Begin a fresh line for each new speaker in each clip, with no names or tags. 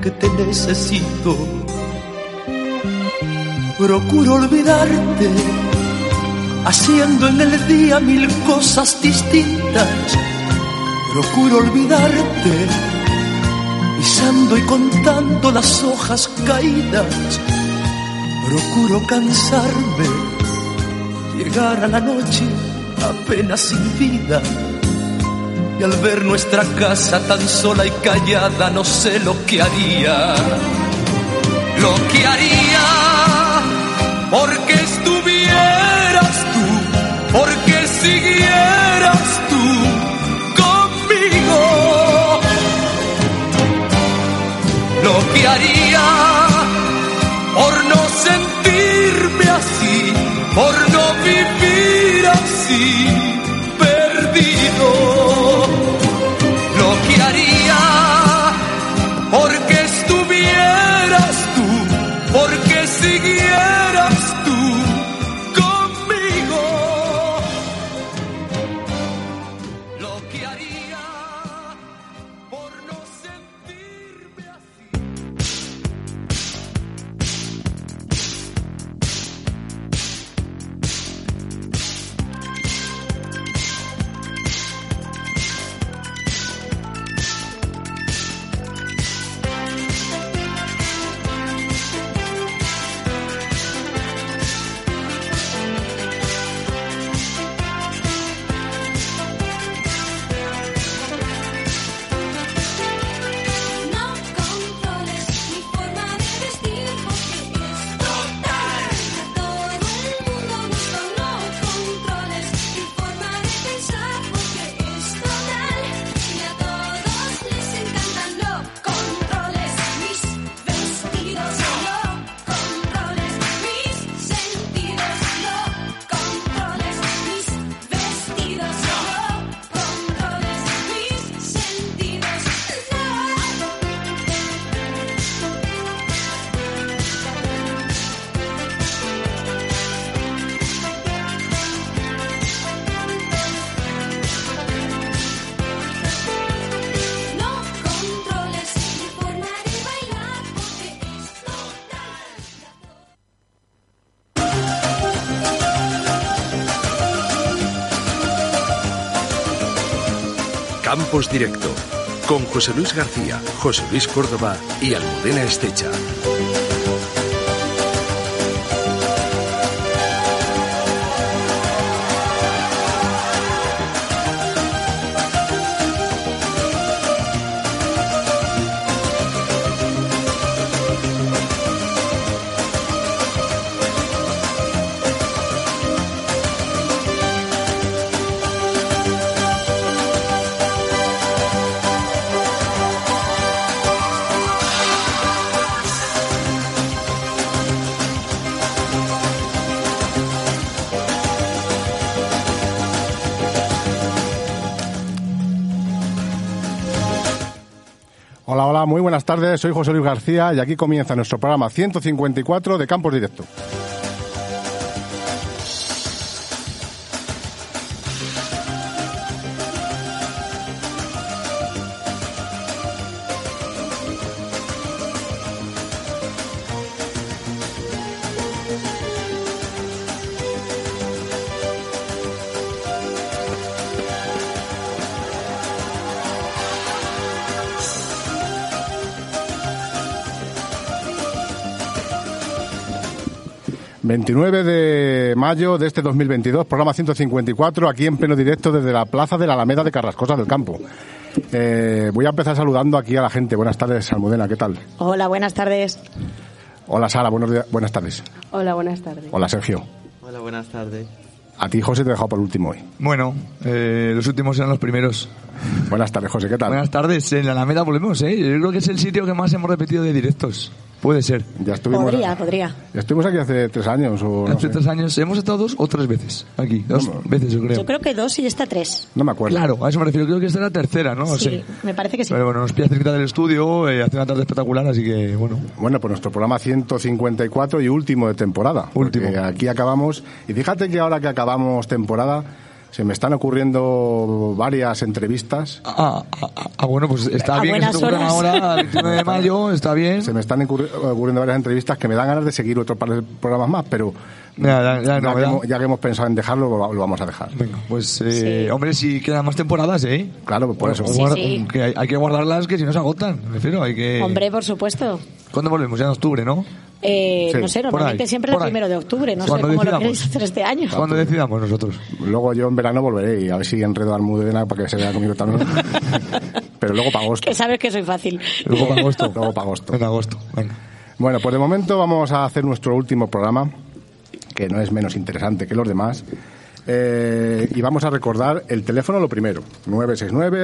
Que te necesito, procuro olvidarte haciendo en el día mil cosas distintas. Procuro olvidarte, pisando y contando las hojas caídas. Procuro cansarme, llegar a la noche apenas sin vida. Y al ver nuestra casa tan sola y callada, no sé lo que haría. Lo que haría, porque estuvieras porque siguieras tú conmigo. Lo que haría por no sentirme así, por no vivir así, perdido. Lo que haría porque estuvieras tú, porque siguieras tú.
Campos Directo con José Luis García, José Luis Córdoba y Almudena Estecha.
Hola, hola, muy buenas tardes. Soy José Luis García y aquí comienza nuestro programa 154 de Campos Directo. ...29 de mayo de este 2022, programa 154, aquí en pleno directo desde la Plaza de la Alameda de Carrascosas del Campo. Eh, voy a empezar saludando aquí a la gente. Buenas tardes, Almudena, ¿qué tal?
Hola, buenas tardes.
Hola, Sara, buenos días- buenas tardes.
Hola, buenas tardes.
Hola, Sergio.
Hola, buenas tardes.
A ti, José, te he dejado por último hoy.
Bueno, eh, los últimos eran los primeros.
Buenas tardes, José, ¿qué tal?
Buenas tardes, en la Alameda volvemos, ¿eh? Yo creo que es el sitio que más hemos repetido de directos. Puede ser.
Ya estuvimos,
Podría, podría.
ya estuvimos aquí hace tres años o no
Hace
sé.
tres años hemos estado dos o tres veces aquí. Dos veces, yo creo.
Yo creo que dos y esta tres.
No me acuerdo.
Claro, a eso me refiero. Creo que esta es la tercera, ¿no? No
sí,
sé.
me parece que sí.
Pero bueno, nos pilla cerquita del estudio, eh, hace una tarde espectacular, así que bueno.
Bueno, pues nuestro programa 154 y último de temporada. porque
Último.
Aquí acabamos. Y fíjate que ahora que acabamos temporada, se me están ocurriendo varias entrevistas.
Ah, ah, ah, ah, bueno, pues está
A
bien que se
buenas
te ocurran
horas.
ahora, el 29 de mayo, está bien.
Se me están ocurri- ocurriendo varias entrevistas que me dan ganas de seguir otros par de programas más, pero
Ya, ya, ya, no,
que
ya.
hemos, ya que hemos pensado en dejarlo, lo, lo vamos a dejar.
Venga, pues eh,
Sí.
hombre, si quedan más temporadas, ¿eh?
Claro, por eso.
Sí,
Guarda- mm,
sí.
que hay, hay que guardarlas que si no se agotan, me refiero, hay que...
Hombre, por supuesto.
¿Cuándo volvemos? Ya en octubre, ¿no?
Eh,
Sí,
no sé,
por
normalmente
ahí,
siempre el
por ahí.
primero de octubre. No sé
Cuando
cómo lo
decidamos.
queréis hacer este año.
Cuando decidamos nosotros.
Luego yo en verano volveré y a ver si enredo a Almudena para que se vea conmigo también. pero luego para agosto.
Que sabes que soy fácil.
Luego para agosto.
Luego para agosto.
En agosto, venga.
Bueno, pues de momento vamos a hacer nuestro último programa, que no es menos interesante que los demás. Eh, y vamos a recordar el teléfono lo primero,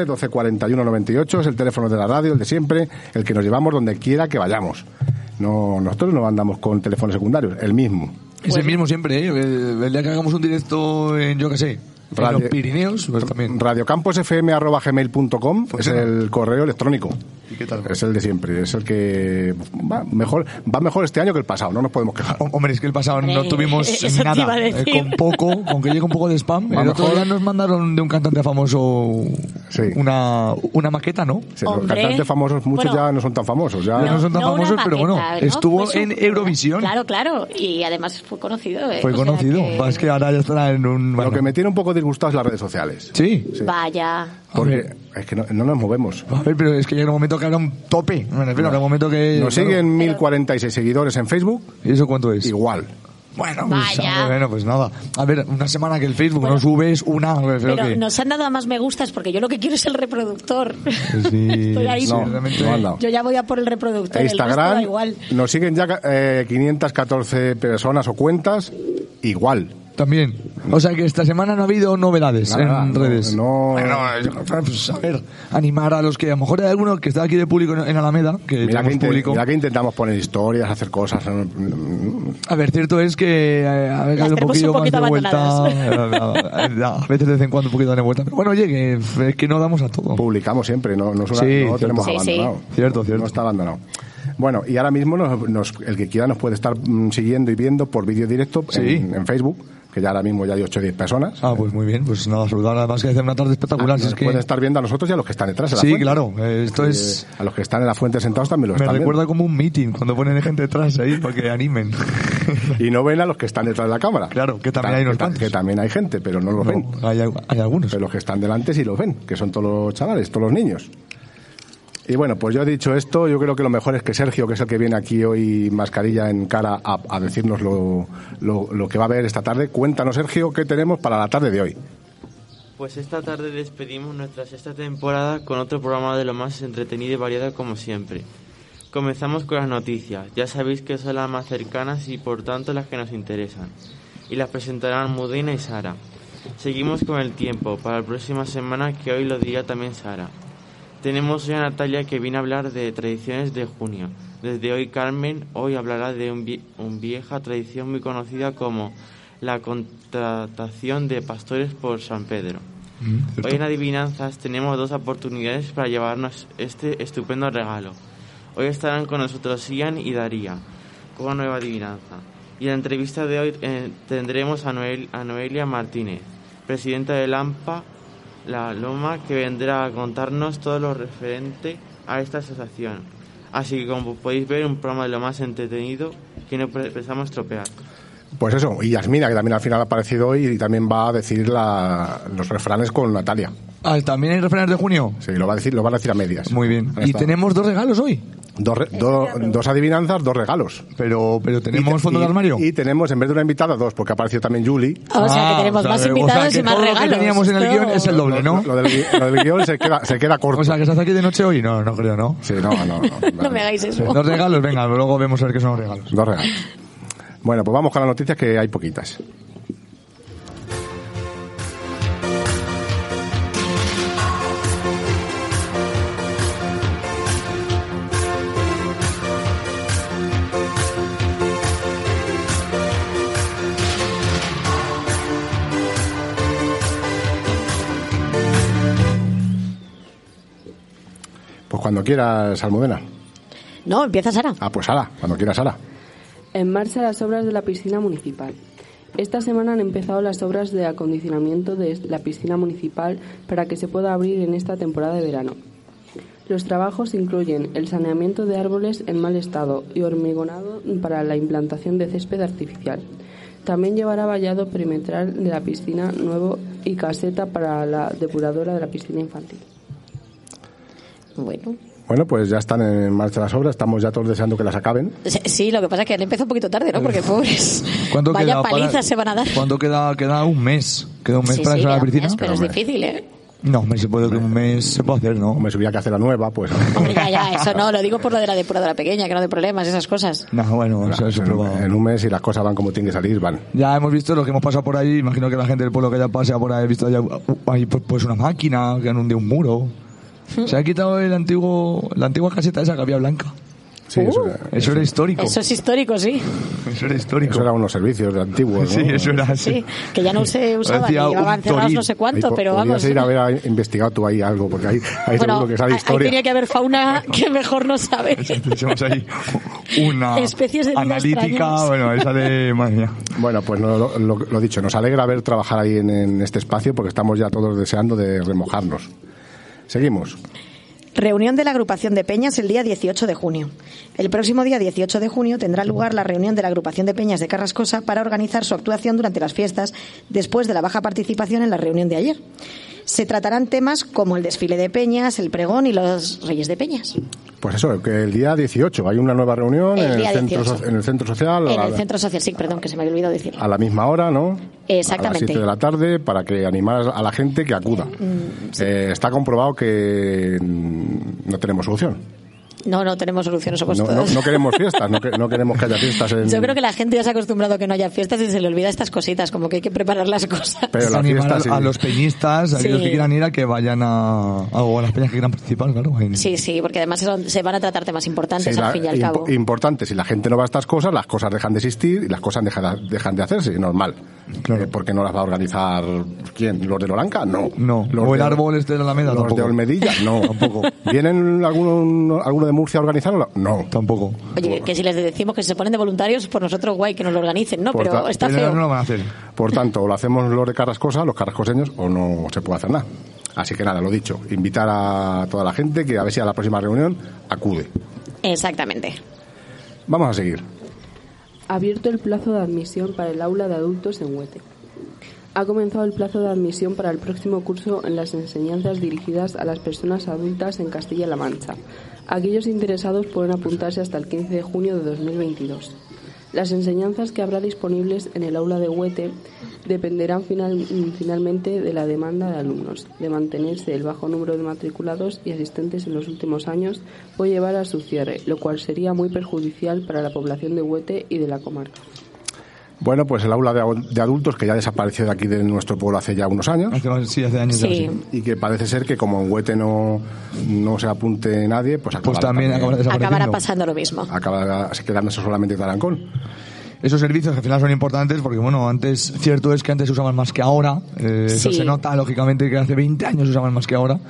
969-1241-98, es el teléfono de la radio, el de siempre, el que nos llevamos donde quiera que vayamos. No, nosotros no andamos con teléfonos secundarios, el mismo.
Es el mismo siempre, ¿eh? El, el día que hagamos un directo en, yo qué sé,
Radio-
en los Pirineos, pues también.
Radiocamposfm.gmail.com
Pues
es el correo electrónico.
¿Y qué tal?
Es el de siempre, es el que va mejor, va mejor este año que el pasado, no nos podemos quejar.
Hom- Hombre, es que el pasado no
Hombre,
tuvimos
eso te
nada.
iba a
eh,
decir.
con poco, con que llegue un poco de spam.
A
El
lo
otro
mejor-
día nos mandaron de un cantante famoso
Sí.
una, una maqueta, ¿no?
Sí, los
Hombre.
cantantes famosos, muchos
Bueno.
ya no son tan famosos. Ya
No, no son tan
una
famosos, pero bueno,
maqueta, ¿no? Pues
estuvo
Fue su-
en Eurovisión.
Claro, claro. Y además fue conocido. ¿eh?
Fue
O sea
conocido.
que-
Es que ahora ya estará en un...
Lo
bueno.
que me tiene un poco disgustado es las redes sociales.
Sí.
Vaya.
Porque es que no, no nos movemos.
A ver, pero es que llega un momento que habrá un tope. Me refiero, habrá un momento que...
Nos
claro.
siguen 1046 seguidores en Facebook,
¿Y eso cuánto es?
igual.
Bueno, pues,
Vaya.
hombre, bueno, pues nada. A ver, una semana que el Facebook no subes una... me refiero
Pero
que...
nos han dado a más me gustas porque yo lo que quiero es el reproductor.
Sí,
Estoy ahí.
no,
por-
realmente-
no han dado.
Yo ya voy a por el reproductor. el resto
Instagram,
da igual.
nos siguen ya eh, 514 personas o cuentas, igual.
También. O sea que esta semana no ha habido novedades
Nada,
en
no,
redes.
no-
Bueno, yo- pues, a ver, animar a los que a lo mejor hay alguno que está aquí de público en en Alameda, que
Mira que,
tenemos
inte-
público.
mira que intentamos poner historias, hacer cosas. no- no-
A ver, cierto es que eh, a ver,
Las tenemos
un
un
poquillo más
poquito
de vuelta.
abandonadas.
eh, A veces de vez en cuando un poquito de vuelta. Pero bueno, oye, que es que no damos a todo.
Publicamos siempre, no, no, es una- no
Sí, cierto.
tenemos
Sí, sí.
abandonado.
Cierto, cierto.
No está abandonado. Bueno, y ahora mismo nos- nos- el que quiera nos puede estar mm, siguiendo y viendo por vídeo directo en-
Sí.
en, Facebook, que ya ahora mismo ya hay 8 o 10 personas.
Ah, pues muy bien, pues nada, saludar además que hace una tarde espectacular. si
Ah, Nos
es que...
pueden estar viendo a nosotros y a los que están detrás. de la
Sí,
fuente.
claro, eh, esto
Eh,
es...
A los que están en la fuente sentados también lo
Me
están
recuerda como un meeting, cuando ponen gente detrás ahí para que animen.
viendo. Y no ven a los que están detrás de la cámara.
Claro, que también
Ta-
hay unos
ta-
cuantos.
Que también hay gente, pero no los ven.
No, hay, hay algunos.
Pero los que están delante sí los ven, que son todos los chavales, todos los niños. Y bueno, pues yo he dicho esto, yo creo que lo mejor es que Sergio, que es el que viene aquí hoy mascarilla en cara a, a decirnos lo, lo- lo que va a haber esta tarde. Cuéntanos, Sergio, qué tenemos para la tarde de hoy.
Pues esta tarde despedimos nuestra sexta temporada con otro programa de lo más entretenido y variado como siempre. Comenzamos con las noticias, ya sabéis que son las más cercanas y por tanto las que nos interesan, y las presentarán Mudina y Sara. Seguimos con el tiempo, para la próxima semana que hoy lo dirá también Sara. Tenemos hoy a Natalia que viene a hablar de tradiciones de junio. Desde hoy Carmen hoy hablará de un, vie- un vieja tradición muy conocida como la contratación de pastores por San Pedro. Hoy en Adivinanzas tenemos dos oportunidades para llevarnos este estupendo regalo. Hoy estarán con nosotros Ian y Daría con una nueva adivinanza. Y en la entrevista de hoy eh, tendremos a, Noel- a Noelia Martínez, presidenta de LAMPA, la Loma, que vendrá a contarnos todo lo referente a esta asociación. Así que como podéis ver, un programa de lo más entretenido que no pre- pensamos tropear.
Pues eso, y Yasmina, que también al final ha aparecido hoy y también va a decir la- los refranes con Natalia.
Ah, ¿También hay refranes de junio?
Sí, lo va a decir, lo van a decir a medias.
Muy bien.
Ahí
Y
está.
tenemos dos regalos hoy.
dos, re- do- dos adivinanzas, dos regalos.
Pero, pero
Y
tenemos
te-
fondo de
y-
armario.
Y tenemos, en vez de una invitada, dos, porque ha aparecido también Julie.
O sea que
Ah,
tenemos
o sea,
más
que- o sea,
invitados
que
y más
todo lo que
regalos.
teníamos en el guión es el doble, ¿no?
Lo del, gui- lo del guión se queda, se queda corto.
O sea, que estás aquí de noche hoy. No, no creo, ¿no?
Sí, no, no, no.
No me hagáis eso.
Dos regalos, venga, luego vemos a ver qué son los regalos.
Dos regalos. Bueno, pues vamos con las noticias que hay poquitas. Pues Cuando quieras, Almudena.
No, empieza Sara.
Ah, pues Sara, cuando quieras, Sara.
En marcha las obras de la piscina municipal. Esta semana han empezado las obras de acondicionamiento de la piscina municipal para que se pueda abrir en esta temporada de verano. Los trabajos incluyen el saneamiento de árboles en mal estado y hormigonado para la implantación de césped artificial. También llevará vallado perimetral de la piscina nuevo y caseta para la depuradora de la piscina infantil.
Bueno.
Bueno, pues ya están en marcha las obras, estamos ya todos deseando que las acaben.
Sí, lo que pasa es que han empezado un poquito tarde, ¿no? Porque pobres.
¿Cuánto
Vaya
queda para-
palizas se van a dar.
¿Cuánto queda? Queda un mes. Queda un mes
Sí,
para
sí,
que se abra la
queda un
piscina.
mes, pero es difícil, ¿eh?
No, un mes se puede, un mes se puede hacer, ¿no?
Me subía que hacer la nueva, pues.
Hombre, ya, ya, eso no, lo digo por lo de la depuradora pequeña, que no de problemas, esas cosas.
No, bueno, eso es un
en,
problema.
en un mes, y las cosas van como tienen que salir, van.
Ya hemos visto los que hemos pasado por ahí. Imagino que la gente del pueblo que haya pasado por ahí ha visto ya, uh, ahí, pues, pues, una máquina que han hundido un muro.
Mm.
Se ha quitado el antiguo, la antigua caseta esa que había blanca.
Sí, eso, era,
Eso era histórico.
Eso es histórico, sí.
Eso era histórico.
eso eran unos servicios de antiguos.
Sí, eso era
Ah,
así.
Sí, que ya no se usaban y
Parecía un
llevaban cerrados no
toril.
sé cuánto, pero vamos.
Podrías ir a ver, a investigado tú ahí algo, porque ahí, ahí seguro que sabe
ahí- ahí
historia.
tenía que haber fauna que mejor no sabe.
Hicimos ahí una
Especies de vida
analítica,
extrañas.
bueno, esa de madre mía.
Bueno, pues no, lo, lo- lo dicho, nos alegra ver trabajar ahí en, en este espacio, porque estamos ya todos deseando de remojarnos. Seguimos.
Reunión de la agrupación de peñas el día 18 de junio. El próximo día 18 de junio tendrá lugar la reunión de la agrupación de peñas de Carrascosa para organizar su actuación durante las fiestas después de la baja participación en la reunión de ayer. Se tratarán temas como el desfile de peñas, el pregón y los reyes de peñas.
Pues eso, que el día 18 hay una nueva reunión
El
en, el
día
centro,
18.
so- en el centro social.
En
a
el
la-
centro social, sí, perdón, que se me había olvidado decirlo.
a la misma hora, ¿no? A las
Exactamente.
7 de la tarde para que animar a la gente que acuda.
Mm,
Eh, está comprobado que mm, no tenemos solución.
No, no tenemos soluciones, somos
No, no-
todos.
no queremos fiestas, no, que- no queremos que haya fiestas. En,
Yo creo que la gente ya se ha acostumbrado a que no haya fiestas y se le olvida estas cositas, como que hay que preparar las cosas.
Pero las
Animar
fiestas
a,
sí.
a los peñistas, a
Sí.
aquellos que quieran ir, a que vayan a, a- o a las peñas que quieran participar, claro. en-
Sí, sí, porque además son- se van a tratar temas importantes
Sí, la-
al fin y al
impo-
cabo.
Importante, si la gente no va a estas cosas, las cosas dejan de existir y las cosas dejan, dejan de hacerse, normal.
Claro.
Eh, porque no las va a organizar quién, los de Loranca, no.
No,
Los
o el
de-
árbol este de la Alameda,
los
tampoco.
de Olmedilla, no.
Tampoco.
¿Vienen alguno, alguno de Murcia a organizarlo? No.
Tampoco.
Oye, que si les decimos que se ponen de voluntarios, por nosotros guay, que nos lo organicen, ¿no?
Por
Pero
ta-
está
Pero
feo.
no lo van a hacer.
Por tanto, o lo hacemos los de Carrascosa, los carrascoseños, o no se puede hacer nada. Así que nada, lo dicho, invitar a toda la gente que a ver si a la próxima reunión acude.
Exactamente.
Vamos a seguir.
abierto el plazo de admisión para el aula de adultos en Huete. Ha comenzado el plazo de admisión para el próximo curso en las enseñanzas dirigidas a las personas adultas en Castilla-La Mancha. Aquellos interesados pueden apuntarse hasta el 15 de junio de 2022. Las enseñanzas que habrá disponibles en el aula de Huete dependerán final- finalmente de la demanda de alumnos, de mantenerse el bajo número de matriculados y asistentes en los últimos años puede llevar a su cierre, lo cual sería muy perjudicial para la población de Huete y de la comarca.
Bueno, pues el aula de, au- de adultos que ya desapareció de aquí de nuestro pueblo hace ya unos años
Hace más- sí, hace años. ya,
Sí.
sí.
y que parece ser que como en Huete no, no se apunte nadie, pues acabará,
Pues también acabará desapareciendo.
Acabará pasando lo mismo.
acabará quedándose solamente Tarancón.
Esos servicios que al final son importantes porque, bueno, antes, cierto es que antes se usaban más que ahora. eh, Eso
Sí.
se nota, lógicamente, que hace 20 años se usaban más que ahora.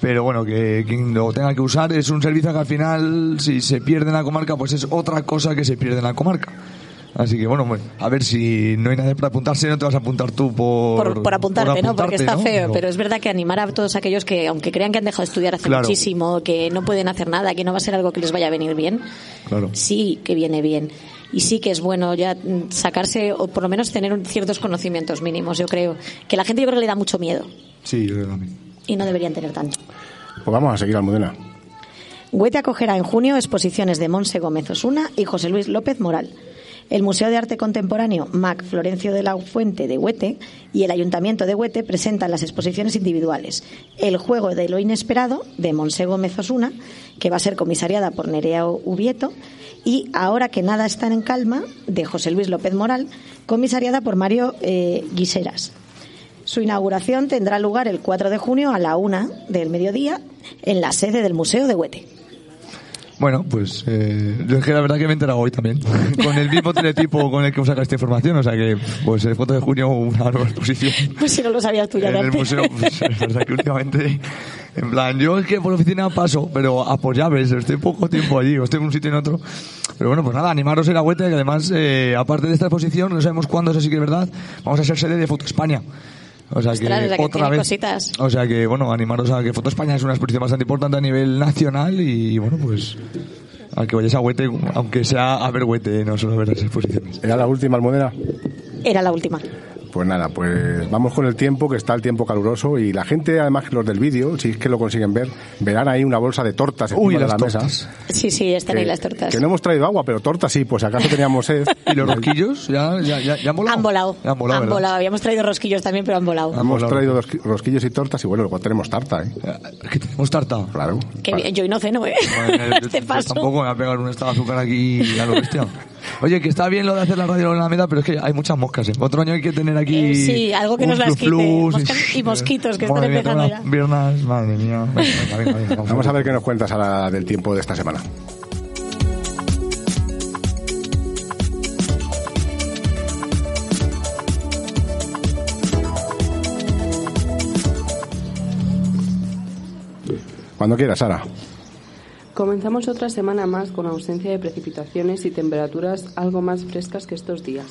Pero bueno, que quien lo tenga que usar es un servicio que al final, si se pierde en la comarca, pues es otra cosa que se pierde en la comarca. Así que bueno, bueno, a ver si no hay nadie para apuntarse, no te vas a apuntar tú por,
Por, por apuntarte, ¿no? Porque
apuntarte,
está
¿no?
feo, pero es verdad que animar a todos aquellos que, aunque crean que han dejado de estudiar hace
Claro.
muchísimo, que no pueden hacer nada, que no va a ser algo que les vaya a venir bien,
Claro.
sí que viene bien. Y sí que es bueno ya mm, sacarse, o por lo menos tener un- ciertos conocimientos mínimos, yo creo. Que la gente yo creo que le da mucho miedo
Sí, yo creo que también.
y no deberían tener tanto.
Pues vamos a seguir, Almudena.
Huete acogerá en junio exposiciones de Monse Gómez Osuna y José Luis López Moral. El Museo de Arte Contemporáneo MAC Florencio de la Fuente de Huete y el Ayuntamiento de Huete presentan las exposiciones individuales. El juego de lo inesperado de Monse Gómez Osuna, que va a ser comisariada por Nerea Ubieto, y Ahora que nada está en calma de José Luis López Moral, comisariada por Mario eh, Guiseras. Su inauguración tendrá lugar el 4 de junio a la una del mediodía en la sede del Museo de Huete.
Bueno, pues eh, yo es que la verdad que me he enterado hoy también. con el mismo teletipo con el que saca esta información, o sea que pues el 4 de junio una nueva exposición.
Pues si no lo sabías tú ya
en
de
el
antes.
museo, pues, es verdad que últimamente En plan, yo es que por oficina paso, pero a por llaves, estoy poco tiempo allí, o estoy en un sitio y en otro. Pero bueno, pues nada, animaros a ir a Huete, que además, eh, aparte de esta exposición, no sabemos cuándo, eso sí que es verdad, vamos a ser sede de Foto España. O sea que,
Ostras, o sea que
otra
tiene
vez.
cositas.
O sea que, bueno, animaros a que Foto España es una exposición bastante importante a nivel nacional y, bueno, pues. A que vayáis a Huete, aunque sea a ver Huete, ¿eh? no solo a ver las exposiciones.
¿Era la última almudena?
Era la última.
Pues nada, pues vamos con el tiempo, que está el tiempo caluroso y la gente, además los del vídeo, si es que lo consiguen ver, verán ahí una bolsa de tortas encima
Uy,
de
las
la
tortas.
mesa.
Sí, sí, están ahí las tortas.
Que no hemos traído agua, pero tortas sí, pues acaso teníamos sed.
¿Y los rosquillos? ¿Ya, ya, ya, ya han volado?
Han volado.
Ya han volado, ¿verdad?
Habíamos traído rosquillos también, pero han volado.
Hemos traído dos qui- rosquillos y tortas y bueno, luego tenemos tarta, ¿eh?
¿Qué tenemos tarta?
Claro.
Que bien, yo hoy no ceno, ¿eh?
Bueno, yo-
Te
yo
paso.
tampoco me va a pegar un estado de azúcar aquí a lo bestia. Oye, que está bien lo de hacer la radio en la meta, pero es que hay muchas moscas. ¿eh? Otro año hay que tener aquí.
Eh, sí, algo que
un
nos las quite.
fluflus
Moscas y mosquitos que están
Madre mía,
empezando
tengo las Piernas, madre mía. Venga, venga, venga, vamos.
Vamos a ver qué nos cuentas ahora del tiempo de esta semana. Cuando quieras, Sara.
Comenzamos otra semana más con ausencia de precipitaciones y temperaturas algo más frescas que estos días,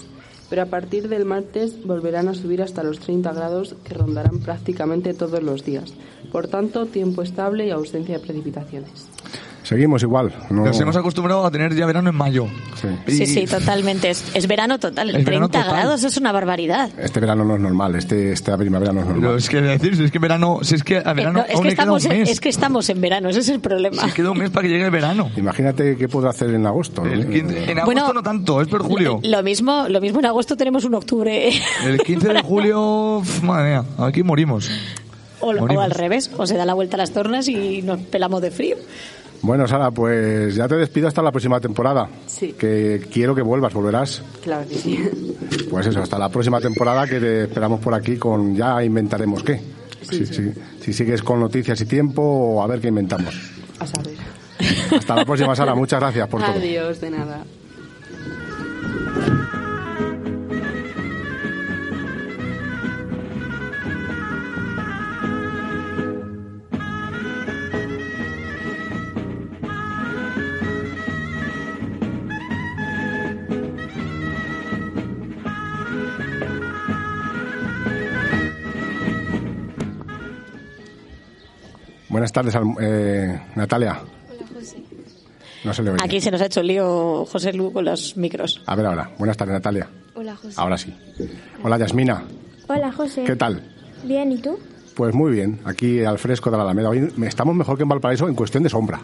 pero a partir del martes volverán a subir hasta los 30 grados que rondarán prácticamente todos los días. Por tanto, tiempo estable y ausencia de precipitaciones.
Seguimos igual. no-
Nos hemos acostumbrado a tener ya verano en mayo.
Sí, sí, totalmente. Es, es verano total.
Es
30
verano total.
grados es una barbaridad.
Este verano no es normal, este, esta primavera no es normal.
Pero es que decir, si es que verano, si es que a verano
Eh, no, es,
aún
que
le queda
estamos,
un
en-
mes.
es que estamos en verano, ese es el problema.
Si queda un mes para que llegue el verano.
Imagínate qué podrá hacer en agosto. ¿no?
El 15 en agosto
Bueno, eh,
no tanto, es por julio.
Lo mismo, lo mismo en agosto tenemos un octubre
El 15 de julio, pf, madre mía, aquí morimos.
o, o
Morimos.
al revés, o se da la vuelta a las tornas y nos pelamos de frío.
Bueno, Sara, pues ya te despido hasta la próxima temporada.
Sí.
Que quiero que vuelvas, volverás.
Claro que sí.
Pues eso, hasta la próxima temporada que te esperamos por aquí con ya inventaremos qué.
Sí,
Si- si- Si sigues con noticias y tiempo, a ver qué inventamos.
A saber.
Hasta la próxima, Sara. Muchas gracias por todo.
Adiós, de nada.
Buenas tardes, Alm- eh, Natalia. No se le oye.
Aquí se nos ha hecho el lío José Lu con los micros.
A ver ahora. Buenas tardes, Natalia.
Hola,
Pues
José.
Ahora sí. Hola, Yasmina.
Hola, José.
¿Qué tal?
Bien, ¿y tú?
Pues muy bien, aquí al fresco de la Alameda. Hoy estamos mejor que en Valparaíso en cuestión de sombra.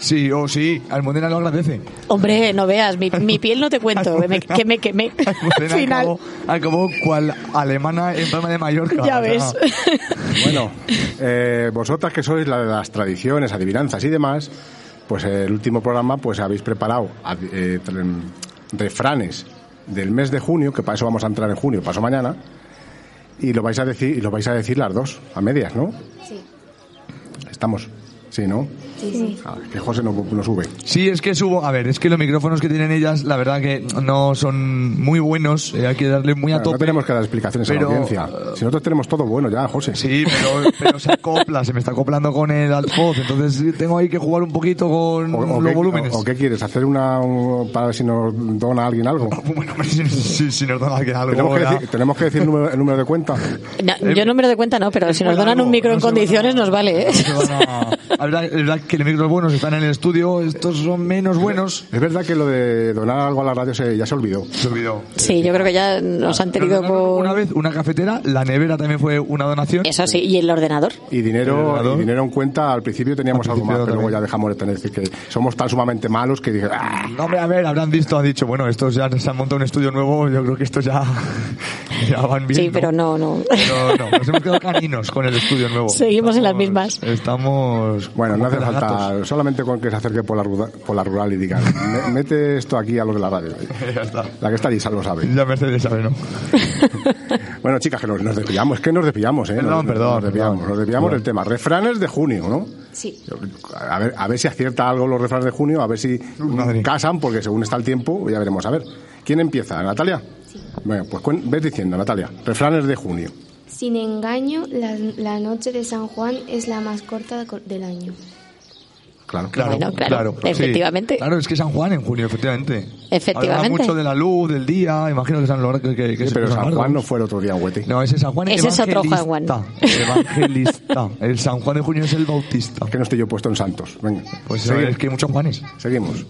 Sí, o sí, Almudena lo agradece.
Hombre, no veas, mi, mi piel no te cuento, que me, que me quemé. Al
Almudena
final,
acabó, acabó cual alemana en Palma de Mallorca.
ya
o sea,
ves.
Bueno, eh, vosotras que sois la de las tradiciones, adivinanzas y demás, pues eh, el último programa pues habéis preparado ad- eh, tr- refranes del mes de junio, que para eso vamos a entrar en junio, paso mañana, y lo vais a decir, y lo vais a decir las dos, a medias, ¿no?
Sí.
Estamos. Sí, ¿no?
Sí, sí.
Ah, que José no, no sube.
Sí, es que subo. A ver, es que los micrófonos que tienen ellas, la verdad que no son muy buenos. eh, hay que darle muy a
Claro, no
tope.
tenemos que dar explicaciones
Pero, eh,
a la audiencia. Si nosotros tenemos todo bueno ya, José.
Sí, pero, pero se acopla, se me está acoplando con el altavoz. Entonces tengo ahí que jugar un poquito con
O, o
los
qué,
volúmenes.
o- o qué quieres? ¿Hacer una un- para ver si nos dona alguien algo?
Bueno, hombre, si, si- si nos dan algo.
¿Tenemos que,
ya.
decir, ¿tenemos que decir el número, el número de cuenta?
No, yo número de cuenta no, pero si nos
eh, Bueno,
donan un
no,
micro
no
en
se van a-
condiciones nos vale, ¿eh?
no se van a- La verdad, la verdad que los micros buenos están en el estudio, estos son menos buenos.
Es verdad que lo de donar algo a la radio se, ya se olvidó.
Se olvidó.
Sí, yo creo que ya nos han
Nos
tenido
regalaron Una
con...
vez una cafetera, la nevera también fue una donación.
Eso sí, y el ordenador.
Y
¿El
dinero,
ordenador?
y dinero en cuenta, al principio teníamos
Al
algo más,
principio
pero luego ya
también.
dejamos de tener. Es decir, que somos tan sumamente malos que dije, "Ah".
No, hombre, a ver, habrán visto, han dicho, bueno, estos ya se han montado un estudio nuevo, yo creo que estos ya, ya van bien.
Sí, pero no, no.
Pero no, nos hemos quedado caninos con el estudio nuevo.
Seguimos en las mismas.
Estamos.
Bueno, no
como
hace
pelagatos.
falta, solamente con que se acerque por la, ruda- por la rural y diga, "Me- mete esto aquí a los de la radio.
ya está.
La que está allí lo sabe.
Ya Mercedes sabe, ¿no?
Bueno, chicas, que nos, nos desviamos, es que nos desviamos, ¿eh?
Perdón,
Nos- nos,
perdón,
desviamos,
perdón.
nos desviamos
Perdón.
del tema. Refranes de junio, ¿no?
Sí.
A ver, a ver si acierta algo los refranes de junio, a ver si
madre.
casan, porque según está el tiempo, ya veremos. A ver, ¿quién empieza? ¿Natalia? Sí. Bueno, pues cuen- ves diciendo, Natalia, refranes de junio.
Sin engaño, la, la noche de San Juan es la más corta de- del año.
Claro, claro,
Bueno, claro, efectivamente.
sí. Claro, es que San Juan en junio, efectivamente.
Efectivamente.
Habla mucho de la luz, del día, imagino que San Lorenzo... Que, que
Sí, pero San Juan no
fue el otro día, Huete. No, ese San Juan
Ese es otro
evangelista.
Juan Juan.
Evangelista. El San Juan de Junio es el Bautista.
Que no estoy yo puesto en santos. Venga.
Pues es que hay muchos Juanes.
Seguimos.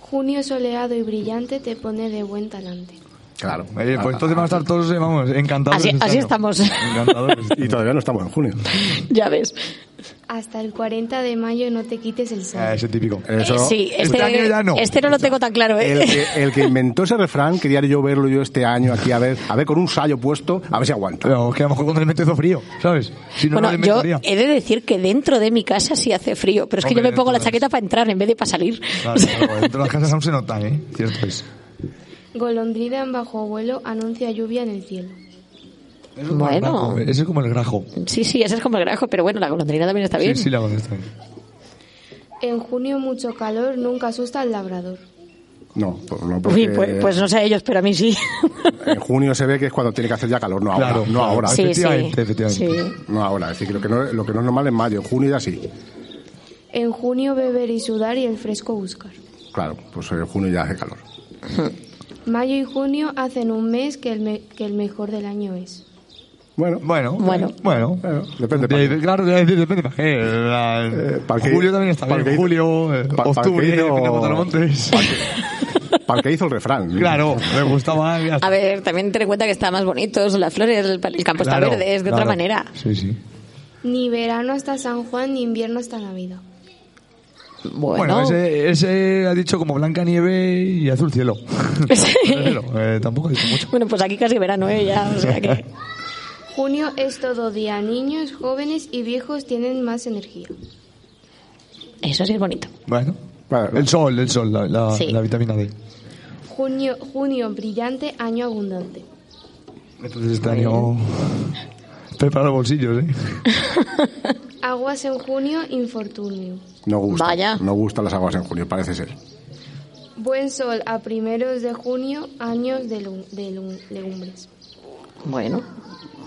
Junio soleado y brillante te pone de buen talante.
Claro.
Oye, pues entonces van a estar todos, eh, vamos, encantados.
Así-
de
así
estarlo.
estamos.
Encantados.
Y todavía no estamos en junio.
Ya ves.
Hasta el 40 de mayo no te quites el sol.
Ah, ese típico.
Ah, Eso,
sí, este, este no lo tengo tan claro. ¿eh?
El que, el que inventó ese refrán quería yo verlo yo este año aquí a ver, a ver con un sallo puesto, a ver si aguanta.
Pero que a lo mejor cuando le metes frío, ¿sabes? Si
bueno, yo he de decir que dentro de mi casa sí hace frío, pero es que
Hombre,
yo me pongo la
entonces-
chaqueta para entrar en vez de para salir.
Claro, pero dentro de las casas aún se notan, ¿eh? Cierto es.
Golondrina en bajo vuelo anuncia lluvia en el cielo.
Eso es como
Bueno.
el grajo, Pues Ese es como el grajo.
Sí, sí, ese es como el grajo, pero bueno, la golondrina también está bien.
Sí, sí, la contesto.
En junio mucho calor nunca asusta al labrador.
No, pues no, porque
Uy, pues, pues no sé a ellos, pero a mí sí.
en junio se ve que es cuando tiene que hacer ya calor, no ahora.
Claro,
no
claro.
ahora.
Sí, Efectivamente, sí. efectivamente.
No ahora, es decir, que lo que no, lo que no es normal es mayo, en junio ya sí.
En junio beber y sudar y el fresco buscar.
Claro, pues en junio ya hace calor.
Mayo y junio hacen un mes que el, me- que el mejor del año es.
Bueno,
bueno,
Bueno.
bueno,
depende. Eh,
De- de- claro, de- de- depende. Para qué. La-
para qué-
julio también está
para
bien.
qué-
julio, eh,
pa- para
octubre,
qué hizo-
depende de cuánto lo montes.
Para el que hizo el refrán.
Claro, me gustaba. ya está.
A ver, también ten en cuenta que está más bonito, son las flores, el, el campo
Claro,
está verde, es de
claro.
otra manera.
Sí, sí.
Ni verano hasta San Juan, ni invierno hasta Navidad.
Bueno, ese, ese ha dicho como blanca nieve y azul cielo. Pero, eh, tampoco ha dicho mucho.
Bueno, pues aquí casi verano, ¿eh? Ya, o sea que...
Junio es todo día. Niños, jóvenes y viejos tienen más energía.
Eso sí es bonito.
Bueno, el sol, el sol, la, la-
Sí.
la vitamina D.
Junio, junio brillante, año abundante.
Entonces este año. Prepara los bolsillos, ¿eh?
Aguas en junio, infortunio.
No gusta.
Vaya.
No gustan las aguas en junio, parece ser.
Buen sol a primeros de junio, años de, lu- de lu- legumbres.
Bueno.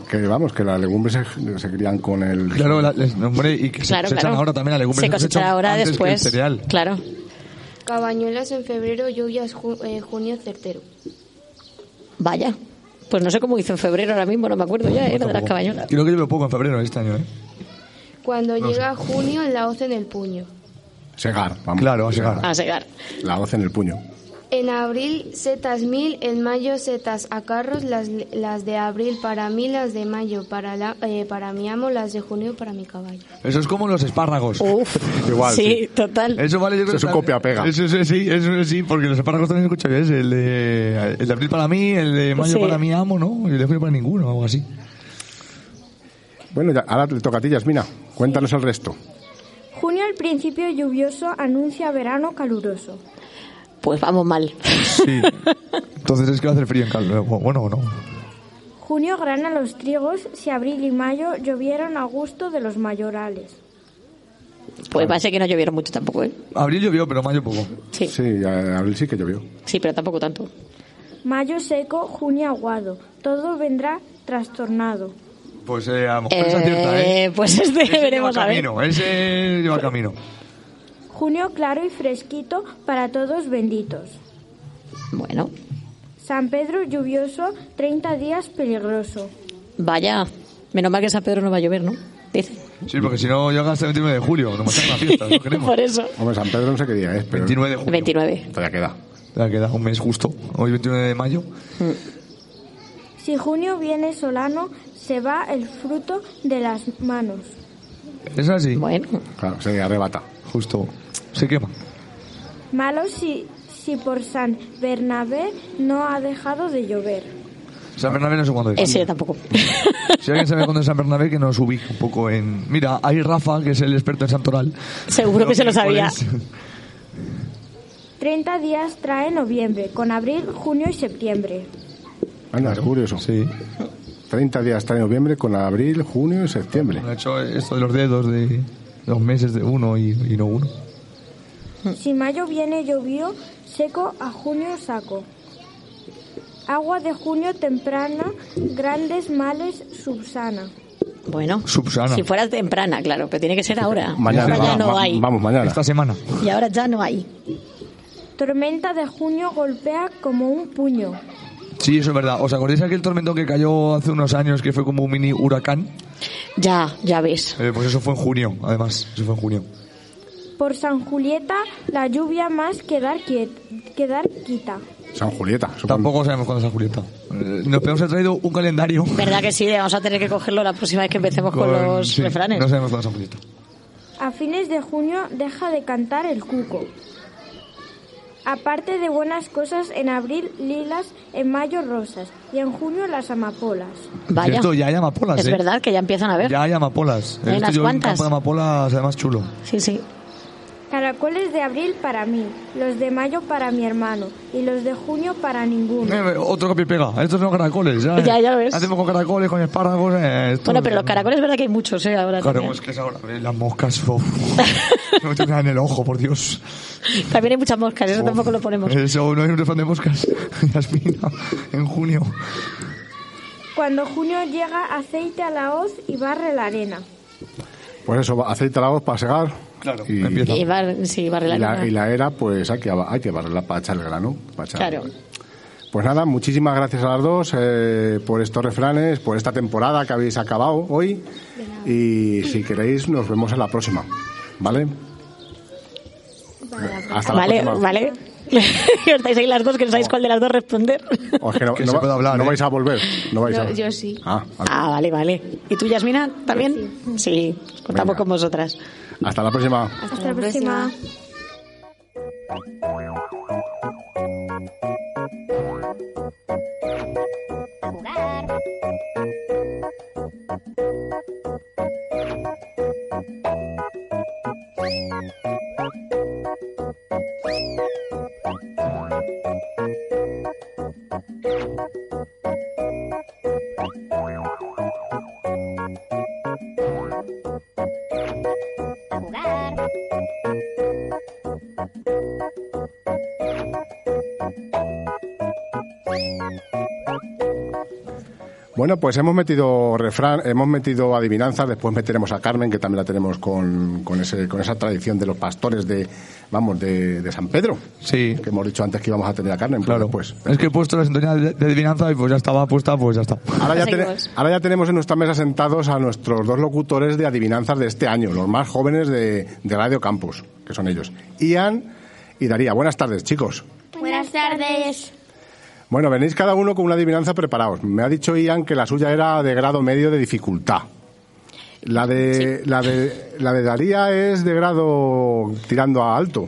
Que vamos, que las legumbres se, se crían con el.
Claro, la- les- hombre, y que se
Claro,
cosechan
claro.
ahora también las legumbres.
Se cosecha
cosechan
ahora
antes que el
después.
cereal.
Claro.
Cabañuelas en febrero, lluvias ju- eh, junio certero.
Vaya. Pues no sé cómo hizo en febrero ahora mismo, no me acuerdo ya, ¿eh? era de las
Tampoco.
cabañolas.
Creo que yo lo pongo en febrero este año, ¿eh?
Cuando
No
llega junio, la hoz en el puño.
Segar, vamos.
Claro, a segar.
Ah,
A segar.
La hoz en el puño.
En abril, setas mil. En mayo, setas a carros. Las, las de abril para mí, las de mayo para, la, eh, para mi amo, las de junio para mi caballo.
Eso es como los espárragos.
Uf, sí, total.
Eso vale, yo creo
Eso es un
que-
copia-pega.
Eso es- sí, eso es sí, porque los espárragos también escucho bien. El de, el de abril para mí, el de mayo
Sí.
para mi amo, ¿no? Y el de junio para ninguno, algo así.
Bueno, ya, ahora le toca a ti, Yasmina. Cuéntanos el resto.
Junio al principio lluvioso anuncia verano caluroso.
Pues vamos mal.
Sí. Entonces es que va a hacer frío en caldo. Bueno, o no.
Junio grana los trigos si abril y mayo llovieron a gusto de los mayorales.
Pues parece que no llovieron mucho tampoco, ¿eh?
Abril llovió, pero mayo poco.
Sí.
Sí, a- abril sí que llovió.
Sí, pero tampoco tanto.
Mayo seco, junio aguado. Todo vendrá trastornado.
Pues eh, a lo mejor es acierta, ¿eh?
pues este
Ese lleva
veremos a ver.
camino, Ese lleva camino.
Junio claro y fresquito para todos benditos.
Bueno,
San Pedro lluvioso, 30 días peligroso.
vaya. Menos mal que en San Pedro no va a llover, ¿no? Dice.
Sí, porque si no llega hasta el 29 de julio. No me la fiesta, no queremos.
Por eso.
Hombre, San Pedro no sé qué día es, pero.
29 de julio.
29.
Todavía queda.
Ya queda un mes justo. Hoy 29 de mayo.
Si junio viene solano, se va el fruto de las manos.
Es así.
Bueno.
Claro, se arrebata.
Justo. Se quema.
Malo si, si por San Bernabé no ha dejado de llover.
San Bernabé no sé cuándo es.
Ese yo tampoco.
Si alguien sabe cuándo es San Bernabé, que nos ubique un poco en... Mira, hay Rafa, que es el experto en Santoral.
Seguro que se lo sabía.
miércoles.
30 días trae noviembre, con abril, junio y septiembre.
Anda, Ah, es curioso.
Sí.
30 días hasta noviembre con abril, junio y septiembre.
Ha hecho esto de los dedos de los meses de uno y, y no uno.
Mm.
Si mayo viene llovió, seco a junio saco. Agua de junio temprana, grandes males subsana.
Bueno,
Subsana.
si fuera temprana, claro, pero tiene que ser ahora. ahora ya
va-
no
va-
hay.
Vamos, mañana.
Esta semana.
Y ahora ya no hay.
Tormenta de junio golpea como un puño.
Sí, eso es verdad. ¿Os acordáis de aquel tormentón que cayó hace unos años que fue como un mini huracán?
Ya, ya ves.
Eh, pues eso fue en junio, además. Eso fue en junio.
Por San Julieta, la lluvia más que dar, quiet- que dar quita.
San Julieta.
Tampoco sabemos cuándo es San Julieta. Eh, Nos podemos haber traído un calendario.
¿Verdad que sí? Vamos a tener que cogerlo la próxima vez que empecemos con, los
sí,
refranes.
No sabemos cuándo es San Julieta.
A fines de junio deja de cantar el cuco. Aparte de buenas cosas, en abril lilas, en mayo rosas y en junio las amapolas.
Vaya.
Cierto, ya hay amapolas,
es
¿eh?
verdad que ya empiezan a ver.
Ya hay amapolas.
Hay
He visto
unas
yo un
cuantas.
campo de amapolas, además chulo.
Sí, sí.
Caracoles de abril para mí, los de mayo para mi hermano y los de junio para ninguno.
Eh, otro copia y pega. Estos son caracoles, ¿sabes?
Ya, ya lo ves.
Hacemos con caracoles, con espárragos. eh, esto-
Bueno, pero los caracoles es verdad que hay muchos, ¿eh? Ahora
Claro,
también.
es que es ahora. eh, Las moscas. uf. no me tocan en el ojo, por Dios.
También hay muchas moscas, eso tampoco lo ponemos.
Eso, no hay un refrán de moscas. Yasmina, en junio.
Cuando junio llega, aceite a la hoz y barre la arena.
Pues eso, va- aceite la voz para segar. Claro, y,
Y bar- sí, barre
y
la
la,
luna.
y la era, pues hay que, hay que barrerla para echar el grano. para echar-
Claro.
Pues nada, muchísimas gracias a las dos eh, por estos refranes, por esta temporada que habéis acabado hoy. Y si queréis, nos vemos en la próxima. ¿Vale? Hasta la
Vale,
próxima.
vale. Estáis ahí las dos que no sabéis cuál de las dos responder.
O es que no, no va-
¿eh?
no vais a volver. No vais a...
yo sí.
Ah, vale.
Ah, vale, vale. ¿Y tú, Yasmina, también? Sí, os contamos con vosotras.
Hasta la próxima.
Hasta la próxima.
Bueno, pues hemos metido refrán, hemos metido adivinanzas, después meteremos a Carmen, que también la tenemos con, con, ese, con esa tradición de los pastores de, vamos, de, de San Pedro.
Sí.
Que hemos dicho antes que íbamos a tener a Carmen, claro. pues.
Es que he puesto la sintonía de de adivinanza y pues ya estaba puesta, pues ya está.
Ahora ya, tene- ahora ya tenemos en nuestra mesa sentados a nuestros dos locutores de adivinanzas de este año, los más jóvenes de, de Radio Campus, que son ellos. Ian y Daría. Buenas tardes, chicos.
Buenas tardes.
Bueno, venís cada uno con una adivinanza preparados. Me ha dicho Ian que la suya era de grado medio de dificultad. La de, la de, la de Daría es de grado tirando a alto.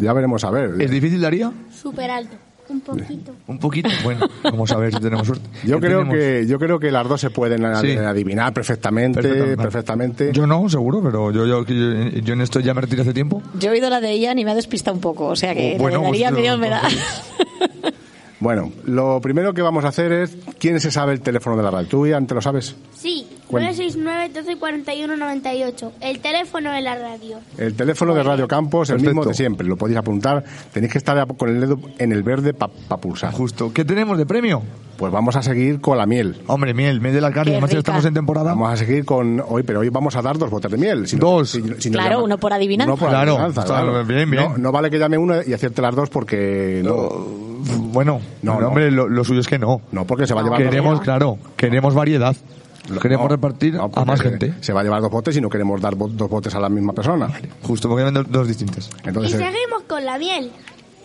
Ya veremos a ver.
¿Es difícil, Daría?
Súper alto. Un poquito.
Un poquito. Bueno, vamos a ver si tenemos suerte.
Yo
¿Qué
creo
tenemos?
que yo creo que las dos se pueden ad-
Sí.
adivinar perfectamente,
Perfectamente.
perfectamente.
Yo no, seguro, pero yo, yo, yo, yo en esto ya me retiré hace tiempo.
Yo he oído la de ella y me ha despistado un poco, o sea que
Oh, bueno,
la de Daría,
pues,
mi Dios, me da.
Bueno, lo primero que vamos a hacer es quién se sabe el teléfono de la radio. Tú Ian, te lo sabes.
Sí,
Bueno.
969-1241-98. El teléfono de la radio.
El teléfono de Radio Campos, el mismo de siempre, lo podéis apuntar. Tenéis que estar a- con el dedo en el verde para pulsar.
Justo. ¿Qué tenemos de premio?
Pues vamos a seguir con la miel.
Hombre, miel, miel de la carne, Qué además ya rica. estamos en temporada.
Vamos a seguir con hoy, pero hoy vamos a dar dos botes de miel. dos.
Claro, uno por adivinanza.
Claro, está bien, bien.
No, no vale que llame una y acierte las dos porque no.
Bueno, no, hombre, lo, lo suyo es que no.
No, porque se va a llevar
Queremos, claro, queremos variedad. queremos repartir a más gente.
Se va a llevar dos botes y no queremos dar bo- dos botes a la misma persona.
Justo porque venden dos distintas.
Y
Entonces,
seguimos con la miel.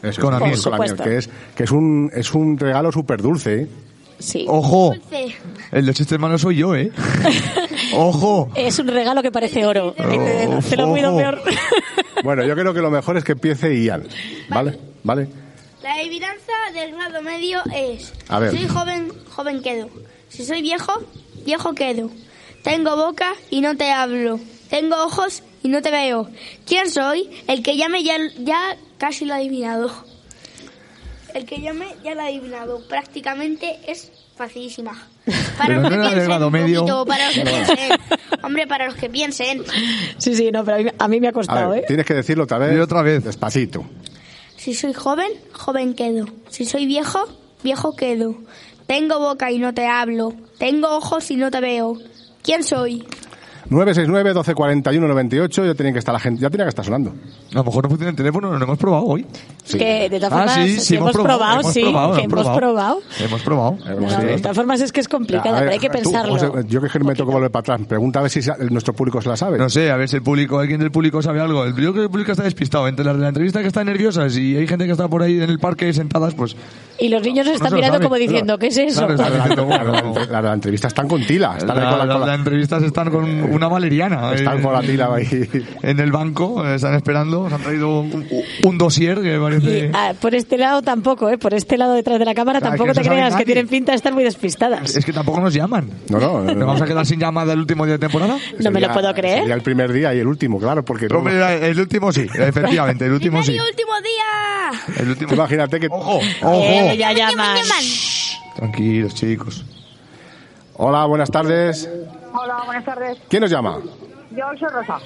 eso,
con la
vamos
miel.
con la miel,
Por
que es que es un es un regalo ¿eh? súper dulce.
Sí.
Ojo,
Dulce.
el de chistes malos soy yo, ¿eh? Ojo.
Es un regalo que parece oro.
Oh,
Te lo cuido
ojo.
peor.
Bueno, yo creo que lo mejor es que empiece Ian. ¿Vale? ¿Vale?
La adivinanza del grado medio es...
A ver.
Soy joven, joven quedo. Si soy viejo, viejo quedo. Tengo boca y no te hablo. Tengo ojos y no te veo. ¿Quién soy? El que llame ya, ya casi lo ha adivinado. El que llame ya lo ha adivinado. Prácticamente es facilísima.
Pero no era de grado medio.
Poquito, para los que
Bueno,
piensen. Hombre, para los que piensen.
Sí, sí, no, pero a mí, a mí me ha
A
costado,
ver,
¿eh?
tienes que decirlo otra vez. otra vez. Despacito.
Si soy joven, joven quedo. Si soy viejo, viejo quedo. Tengo boca y no te hablo. Tengo ojos y no te veo. ¿Quién soy?
969 1241 98 ya tenía que estar la gente, ya tenía que estar sonando.
A lo mejor no funciona el teléfono, no lo hemos probado hoy.
Que de todas
Ah,
formas,
sí, sí,
si hemos,
hemos probado,
probado,
hemos
sí, que
probado, hemos
hemos probado.
probado. Hemos probado.
No, de todas formas es que es complicado,
A ver,
pero hay que
tú,
pensarlo.
José, yo que que me toco volver para atrás. Pregunta a ver si se- nuestro público se la sabe.
No sé, a ver si el público, alguien del público sabe algo. El- Yo creo que el público está despistado. Entre las de la entrevista que están nerviosas y hay gente que está por ahí en el parque sentadas, pues.
y los niños nos
No
están
se lo
mirando
sabe,
como diciendo,
claro.
¿qué es eso?
Claro, está diciendo, bueno,
Las de la, entrevista están con tila. Están ahí
La-
con la
la-
cola.
las entrevistas están con una valeriana.
Están
eh,
con la tila ahí.
En el banco, eh, están esperando, se han traído un, un dossier que parece.
Y, ah, por este lado tampoco, ¿eh? Por este lado detrás de la
Ah,
cámara
Claro,
tampoco
que no
te
sabe
creas que
nadie.
tienen pinta de estar muy despistadas.
Es que tampoco nos llaman.
No, no, no.
¿Nos vamos a quedar sin llamada el último día de temporada?
No me lo puedo creer.
Sería el primer día y el último, claro, porque...
Hombre, el, último sí, efectivamente, el último sí.
¡Último día!
El último.
Imagínate que...
¡Ojo!
¡Ojo!
Eh, ya llaman.
Tranquilos, chicos.
Hola, buenas tardes.
Hola, buenas tardes.
¿Quién nos llama?
Yo soy Rosa.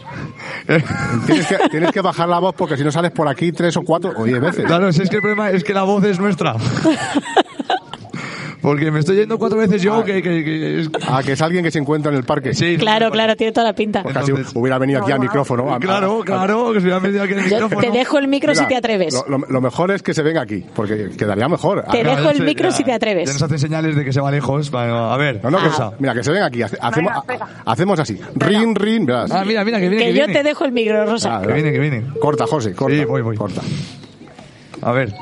Tienes que, tienes que bajar la voz porque si no sales por aquí tres o cuatro o diez veces.
Claro, si es que el problema es que la voz es nuestra. Porque me estoy yendo cuatro veces yo que... que, que es...
Ah, que es alguien que se encuentra en el parque.
Sí.
Claro, claro, tiene toda la pinta.
Pues casi hubiera venido aquí al micrófono. a-
Claro,
a-
claro, que se me ha metido aquí en el
Yo
micrófono.
te dejo el micro si
Mira,
te atreves.
Lo, lo- lo mejor es que se venga aquí, porque quedaría mejor.
Te
Ah,
dejo
no,
el
ya
micro
sé,
si te atreves.
Ya nos hacen señales de que se va lejos. Bueno, a ver,
No, no, que-
Ah.
cosa.
mira, que se venga aquí. hace- Hacemos, hacemos así. Rin, rin, verás.
Ah, mira, mira, que viene,
Que
que
yo
viene.
te dejo el micro, Rosa.
Ah,
Que viene, que viene.
Corta, José, corta.
Sí, voy, voy.
Corta.
A ver.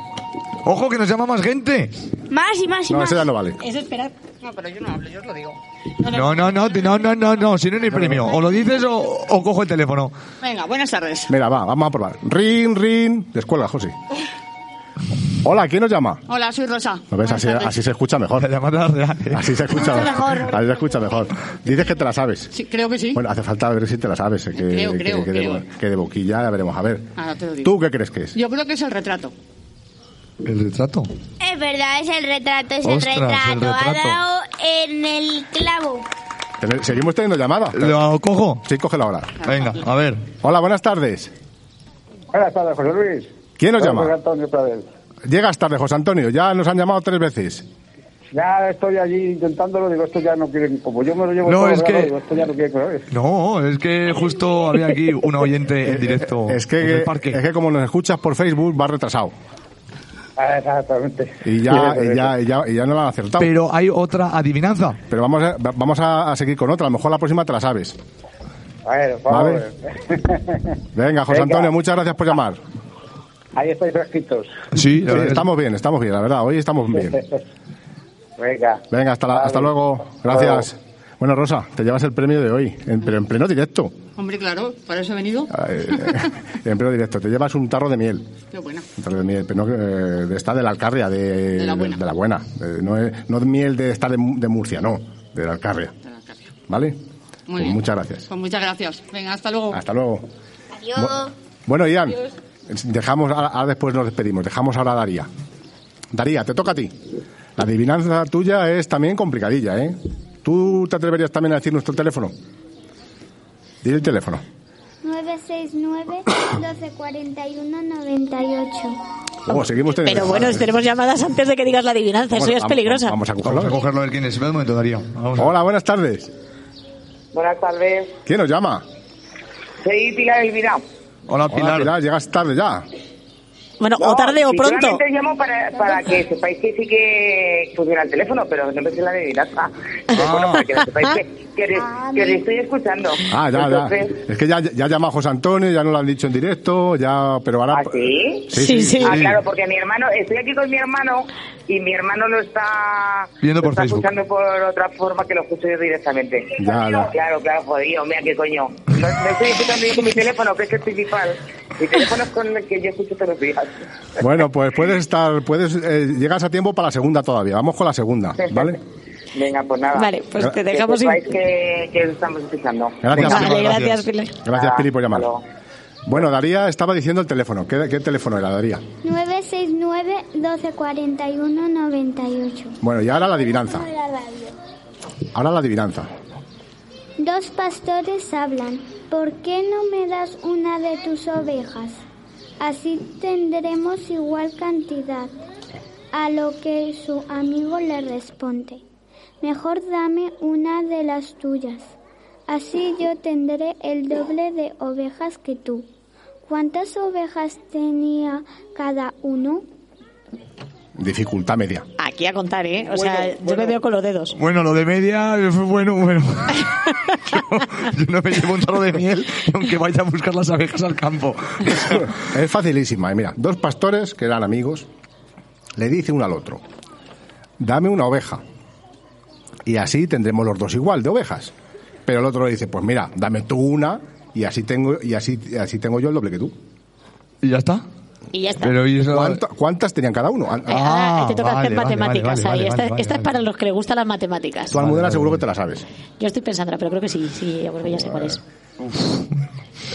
¡Ojo, que nos llama más gente!
Más y más y
No,
más.
eso ya no vale.
Es esperar.
No, pero yo no hablo, yo os lo digo.
No, no, no, ti- no, no, no, no, si no, ni premio. O lo dices o, o cojo el teléfono.
Venga, buenas tardes.
Mira, va, vamos a probar. Rin, rin. Descuelga, José. Hola, ¿quién nos llama?
Hola, soy Rosa.
¿Lo ves? Así, así se escucha mejor.
¿eh?
Así se escucha
Mucho mejor.
Así se escucha mejor. Dices que te la sabes.
Sí, creo que sí.
Bueno, hace falta ver si te la sabes. eh, Que,
Creo,
que-
creo,
que de,
creo.
bo- que de boquilla ya veremos. A ver.
Ahora Ah, te lo digo.
¿Tú qué crees que es?
Yo creo que es el retrato.
¿El retrato?
Es verdad, es el retrato, es
Ostras, el
el retrato. Ha
retrato.
dado en el clavo.
Tener- Seguimos teniendo llamada.
¿Lo cojo?
Sí, cógela ahora.
Venga, a ver.
Hola, buenas tardes.
Buenas tardes, José Luis.
¿Quién nos
Soy
llama?
José Antonio Pradel.
Llegas tarde, José Antonio. Ya nos han llamado tres veces.
Ya estoy allí intentándolo, digo, esto ya no quiere, como yo me lo llevo
No,
todo
es
grabado,
que-
digo, esto ya no quiere correr.
No, es que justo había aquí un oyente en directo.
Es
en el
que,
parque.
es que como nos escuchas por Facebook, va retrasado.
Ah, Exactamente.
Y ya, y ya, y ya, y ya no la han acertado.
Pero hay otra adivinanza.
Pero vamos a, vamos a, a seguir con otra. A lo mejor la próxima te la sabes.
Bueno, vamos
Vale.
a ver.
Venga, José
Venga.
Antonio, muchas gracias por llamar.
Ahí estáis fresquitos.
Sí,
la verdad.
estamos bien, estamos bien, la verdad. Hoy estamos bien.
Venga.
Venga, hasta, la-
Vale.
hasta luego. Gracias. Bueno, Rosa, te llevas el premio de hoy, en- pero en pleno directo.
Hombre, claro, para eso he venido.
Eh, en pleno directo. Te llevas un tarro de miel.
Qué buena.
Un tarro de miel, pero no, eh, de esta de la Alcarria, de,
De la buena.
de la buena. Eh, no, es- no de miel de esta de, Mu- de Murcia, no, de la Alcarria. ¿Vale? Pues
bien.
Muchas gracias.
Pues muchas gracias. Venga, hasta luego.
Hasta luego.
Adiós.
Bueno, Ian, dejamos, ahora, ahora después nos despedimos, dejamos ahora a Daría. Daría, te toca a ti. La adivinanza tuya es también complicadilla, ¿eh? ¿Tú te atreverías también a decir nuestro teléfono? Dile el teléfono.
969 1241 98.
Oh, seguimos teniendo-
Pero bueno, tenemos llamadas antes de que digas la adivinanza, eso ya es peligrosa.
Vamos a cogerlo.
Vamos a cogerlo del quién es. Espera un momento, Darío. Vamos a-
Hola, buenas tardes.
Buenas tardes.
¿Quién nos llama?
Soy Pilar Elvira.
Hola,
Pilar. llegas tarde ya.
Bueno, o tarde o pronto.
Solamente llamo para, para que sepáis que sí que funciona el teléfono, pero no pensé en la adivinanza. Bueno, para que sepáis que, que, le, que le estoy escuchando.
Ah, ya, ya.
Entonces,
Es que ya, ya ha llamado José Antonio, ya no lo han dicho en directo, ya, pero ahora... pues
¿Sí? Ah, claro, porque mi hermano, estoy aquí con mi hermano y mi hermano lo está,
Viendo
lo
por
está
Facebook.
escuchando por otra forma que lo escucho yo directamente.
Ya, ya.
Claro, claro, jodido, mira qué coño. No, no estoy escuchando yo con mi teléfono, que es que estoy bifal. Mi teléfono es con el que yo escucho todos los días.
Bueno, pues puedes estar, puedes, eh, llegas a tiempo para la segunda todavía. Vamos con la segunda, ¿vale?
Venga, pues nada.
Vale, pues te dejamos
Que
ir.
sepáis que, que lo estamos escuchando.
Gracias,
Vale,
Pilar.
gracias, Pilar.
Gracias, Pili, por llamar.
Hasta
Bueno, Daría estaba diciendo el teléfono. ¿Qué, qué teléfono era, Daría?
969 1241 98.
Bueno, y ahora la adivinanza.
La radio.
Ahora la adivinanza.
Dos pastores hablan. ¿Por qué no me das una de tus ovejas? Así tendremos igual cantidad. a lo que su amigo le responde, mejor dame una de las tuyas, así yo tendré el doble de ovejas que tú. ¿Cuántas ovejas tenía cada uno?
Dificultad media.
Aquí a contar, ¿eh? O sea, yo me veo con los dedos.
Bueno, lo de media, eh, fue bueno, bueno. yo, yo no me llevo un tarro de miel, aunque vaya a buscar las abejas al campo.
es facilísima. Y mira, dos pastores que eran amigos le dice uno al otro: Dame una oveja. Y así tendremos los dos igual de ovejas. Pero el otro le dice: Pues mira, dame tú una y así tengo, y así, y así tengo yo el doble que tú.
¿Y ya está?
Y ya está.
¿Cuánta- ¿Cuántas tenían cada uno?
Eh, ahora
Ah,
te toca hacer matemáticas ahí. esta
Estás
esta es para los que les gustan las matemáticas.
Tú, Almudena, seguro que te la sabes.
Yo estoy pensando, pero creo que sí, sí, yo creo que ya sé cuál es.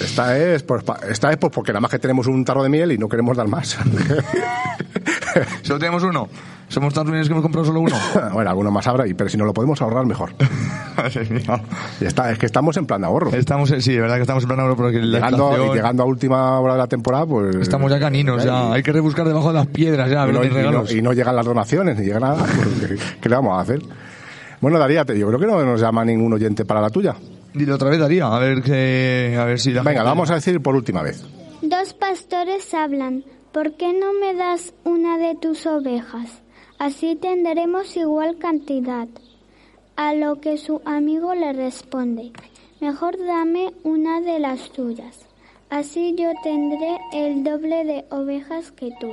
Esta es, pues, pa- esta es pues, porque nada más que tenemos un tarro de miel y no queremos dar más.
Solo tenemos uno. Somos tan ruines que hemos comprado solo uno.
bueno, alguno más habrá, y- pero si no lo podemos ahorrar, mejor. Ya está, es que estamos en plan de ahorro.
Estamos, eh, sí, de verdad que estamos en plan ahora porque la
Llegando,
inflación-
y llegando a última hora de la temporada, pues...
Estamos ya caninos, ya. Hay que rebuscar debajo de las piedras, ya, a
y,
ver
no,
los
y no-
regalos.
y no llegan las donaciones, ni llega nada. ¿Qué, qué le vamos a hacer? Bueno, Daría, te- yo creo que no nos llama ningún oyente para la tuya.
Dile otra vez, Daría, a ver, que, a ver si la
Venga,
gente-
la vamos a decir por última vez.
Dos pastores hablan, ¿por qué no me das una de tus ovejas? Así tendremos igual cantidad. A lo que su amigo le responde, mejor dame una de las tuyas. Así yo tendré el doble de ovejas que tú.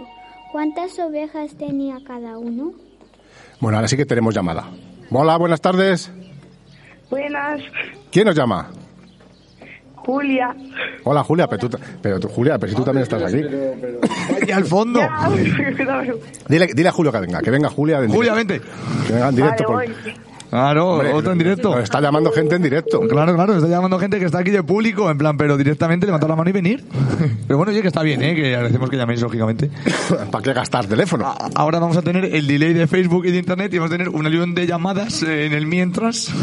¿Cuántas ovejas tenía cada uno?
Bueno, ahora sí que tenemos llamada. Hola, buenas tardes.
Buenas,
¿Quién nos llama?
Julia.
Hola, Julia, pero, tú, ta- pero tú- Julia, pero si tú también estás aquí.
Y al fondo.
Dile, dile a Julio que venga, que venga Julia.
Julia, vente.
Que venga en Ah, directo. por-
Claro, otra en directo.
nos está llamando gente en directo.
Claro, claro, está llamando gente que está aquí de público, en plan, pero directamente levantar la mano y venir. Pero bueno, oye, que está bien, ¿eh? que agradecemos que llaméis, lógicamente.
¿Para qué gastar teléfono?
Ahora vamos a tener el delay de Facebook y de Internet y vamos a tener un millón de llamadas eh, en el mientras.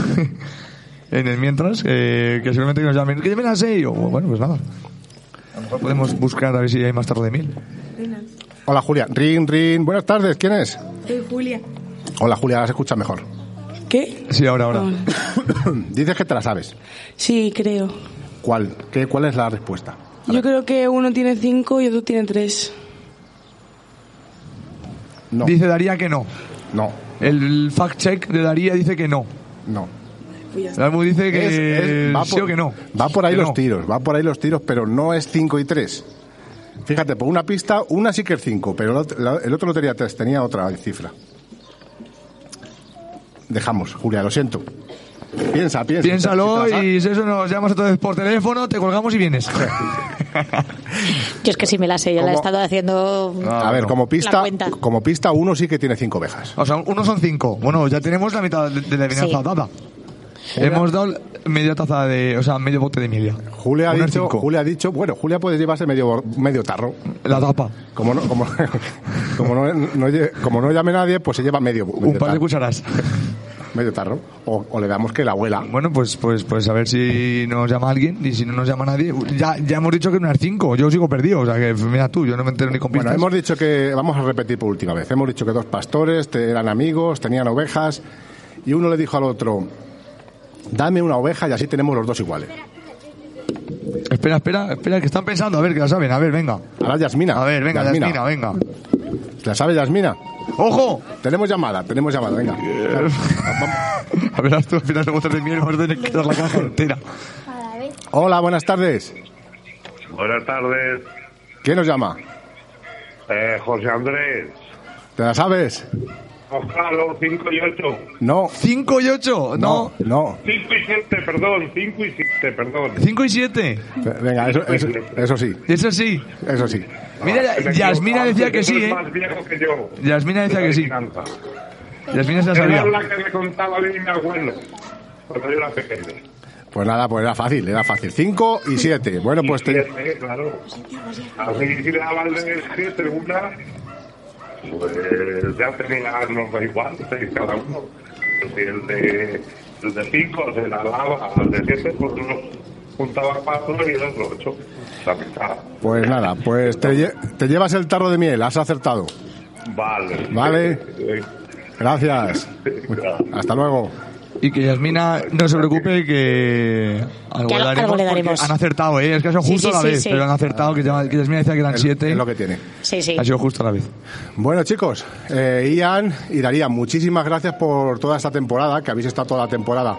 en el mientras, eh, que seguramente que nos llamen. Que llamen a seis. O, bueno, pues nada. A lo mejor podemos buscar a ver si hay más tarde de mil.
Hola, Julia. Rin, rin. Buenas tardes, ¿quién es?
Soy Julia.
Hola, Julia, ahora se escucha mejor.
¿Qué?
Sí, ahora, ahora.
Dices que te la sabes.
Sí, creo.
¿Cuál? ¿Qué, ¿Cuál es la respuesta?
Yo creo que uno tiene cinco y otro tiene tres.
Dice Daría que no.
No.
El fact check de Daría dice que no.
No.
El álbum dice que
va
sí o que no.
Va por ahí
Que
los
no.
tiros, va por ahí los tiros, pero no es 5 y 3. Fíjate, por una pista, una sí que es 5, pero la ot- la- el otro no tenía 3, tenía otra cifra. Dejamos, Julia, lo siento. Piensa, piensa.
Piénsalo
Si te la sa-
y si eso nos llamas otra vez por teléfono, te colgamos y vienes.
Yo es que sí me la sé, yo la he
¿Cómo?
estado haciendo.
Ah,
A ver, como
La
pista,
cuenta.
como pista, uno sí que tiene 5 ovejas.
O sea, uno son cinco. Bueno, ya tenemos la mitad de, de la adivinanza
Sí.
dada. Hemos dado media taza de, o sea, medio bote de miel.
Julia ha,
Uno es
dicho,
cinco.
Julia ha dicho, bueno, Julia puede llevarse medio, bor- medio tarro.
La tapa.
Como no, como, como no, no lle- como no llame nadie, pues se lleva medio.
Un par de cucharas.
Medio tarro. O, o le damos que la abuela.
Bueno, pues, pues, pues a ver si nos llama alguien y si no nos llama nadie. Ya, ya hemos dicho que no es cinco. Yo sigo perdido. O sea, que mira tú, yo no me entero ni con
Bueno,
pistas.
hemos dicho que, vamos a repetir por última vez, hemos dicho que dos pastores te- eran amigos, tenían ovejas, y uno le dijo al otro, dame una oveja y así tenemos los dos iguales.
Espera, espera, espera, que están pensando. A ver, que la saben. A ver, venga.
Ahora Yasmina.
A ver, venga,
Yasmina.
Yasmina, venga.
¿La sabe Yasmina?
¡Ojo!
Tenemos llamada, tenemos llamada, venga.
A ver, tú al final de bote de miel vas a tener que dar la caja entera.
Hola, buenas tardes.
Buenas tardes,
¿Quién nos llama?
eh, José Andrés.
¿Te la sabes?
Ojalá, 5 y 8.
No.
¿Cinco y ocho? No.
No.
5 y 7, perdón, 5 y 7, perdón.
¿Cinco y siete?
Venga, eso, eso, eso sí.
Eso sí.
Eso sí.
Mira,
Ah,
Yasmina
me equivoco,
decía que
antes,
sí,
es
¿eh?
más viejo que yo.
Yasmina decía que sí. Yasmina se la
Era
sabía.
la que me contaba a mí mi abuelo, cuando yo era pequeño.
Pues nada, pues era fácil, era fácil. Cinco y siete. Bueno, pues te-
Eh, claro. Así si le daban de 7 una, pues ya tenía, no da igual, 6 cada uno. Si el de 5 se la daba, al de 7 pues uno juntaba 4 y el otro 8. La mitad.
Pues nada, pues te, lle- te llevas el tarro de miel, has acertado.
Vale.
Vale. Gracias. Pues, Hasta luego.
Y que Yasmina no se preocupe que algo,
Que algo-
daremos
algo le
porque
daremos.
han acertado, ¿eh? Es que ha sido
Sí,
justo
sí,
a la
sí,
vez,
sí.
pero han acertado que, ya- que Yasmina decía que eran siete.
Es lo que tiene.
Sí, sí.
Ha sido justo a la vez.
Bueno, chicos, eh, Ian y Daría, muchísimas gracias por toda esta temporada, que habéis estado toda la temporada.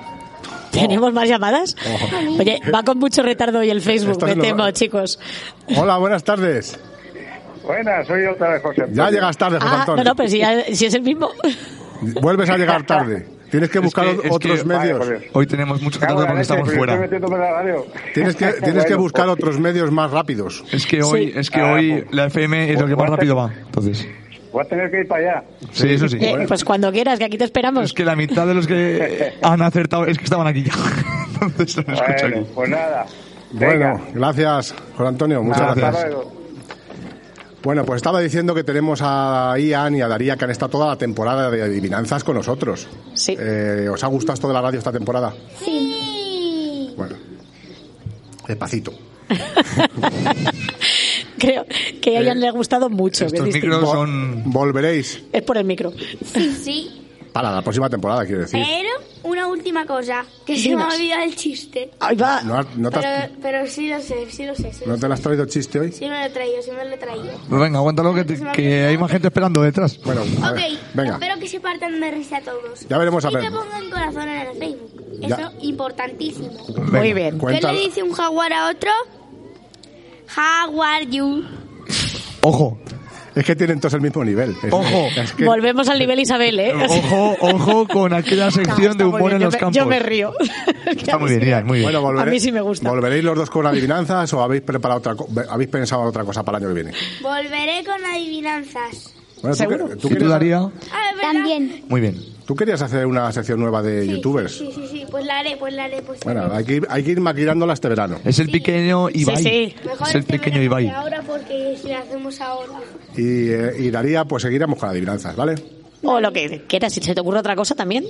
¿Tenemos más llamadas?
Oh.
Oye, va con mucho retardo hoy el Facebook,
Esto
me
es lo-
temo, chicos.
Hola, buenas tardes.
Buenas, soy otra vez José Antonio.
Ya llegas tarde, José
Ah,
Antonio.
no, no, pero si, ya- si es el mismo.
Vuelves a llegar tarde. Tienes que buscar
Es que- es
otros
que-
medios.
Hoy tenemos mucho
Cago en
retardo
la
porque
leche,
estamos
pero
fuera.
estoy Tienes que, tienes que
Bueno,
buscar otros medios más rápidos.
Es que hoy, es que
Ah,
hoy
pues,
la FM es lo que más rápido va. Entonces,
Voy a tener que ir para allá.
sí, eso sí.
Eh, pues cuando quieras, que aquí te esperamos.
Es que la mitad de los que han acertado es que estaban aquí ya. Entonces no escucho aquí.
pues nada.
Bueno, gracias, José Antonio. Muchas
Nada,
gracias.
hasta
Bueno, pues estaba diciendo que tenemos a Ian y a Daría que han estado toda la temporada de adivinanzas con nosotros. Eh,
Sí.
¿Os ha gustado esto de la radio esta temporada?
Sí.
Bueno, despacito.
Creo que a Ian le ha gustado mucho. que es distinto.
Vol- Volveréis
Es por el micro.
Sí, sí.
para la próxima temporada, quiero decir.
Pero una última cosa, que se me
Dinos.
ha olvidado el chiste.
Ahí va.
¿No, has- no te, has-
Pero, pero sí lo sé, sí lo sé. Sí,
no te lo has traído chiste hoy? Pues
sí me lo he traído, sí me lo he traído.
Pues Venga, aguántalo que, te- que hay más gente esperando detrás.
Bueno,
Ok, espero que se partan de risa todos.
Ya veremos a
y
ver.
que pongan corazón en el Facebook.
Ya.
Eso, importantísimo.
Muy bien.
¿Qué le dice un jaguar a otro? How are you?
Ojo.
Es que tienen todos el mismo nivel. Es-
Ojo.
es que-
Volvemos al nivel Isabel, ¿eh?
Ojo, ojo con aquella sección
Está
de
muy
humor
bien,
en
yo
los
me-
campos.
Yo me río.
Está muy bien, Ian, muy bien.
Bueno, volveré-
A mí sí me gusta.
¿Volveréis los dos con adivinanzas o habéis preparado otra co- habéis pensado otra cosa para el año que viene?
Volveré con adivinanzas. Ah,
Bueno, ¿tú
¿Seguro?
que-
¿Y tú,
querías-
Daría?
También.
Muy bien.
¿Tú querías hacer una sección nueva de youtubers?
Sí, sí, sí, pues la haré, pues la haré, pues la
Bueno,
haré.
hay que, ir, hay que ir maquillándola este verano.
Es el pequeño Ibai.
Sí, sí. Mejor
Es el
este
pequeño
verano
Ibai.
que Ahora porque si lo hacemos ahora.
Y, eh, y Daría, pues seguiremos con adivinanzas, ¿vale?
O lo que quieras, si se te ocurre otra cosa también.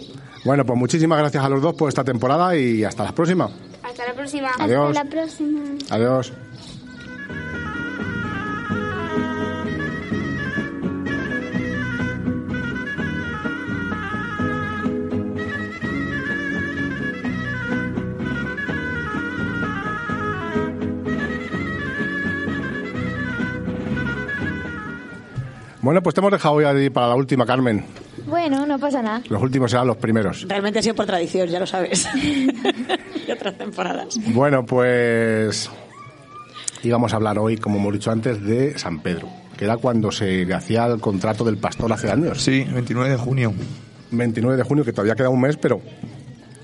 Bueno, pues muchísimas gracias a los dos por esta temporada y hasta la próxima.
Hasta la próxima.
Adiós.
Hasta la próxima.
Adiós. Bueno, pues te hemos dejado hoy ahí para la última, Carmen.
Bueno, no pasa nada.
Los últimos serán los primeros.
Realmente ha sido por tradición, ya lo sabes. y otras temporadas.
Bueno, pues íbamos a hablar hoy, como hemos dicho antes, de San Pedro, que era cuando se le hacía el contrato del pastor hace años.
Sí, 29 de junio.
29 de junio, que todavía queda un mes, pero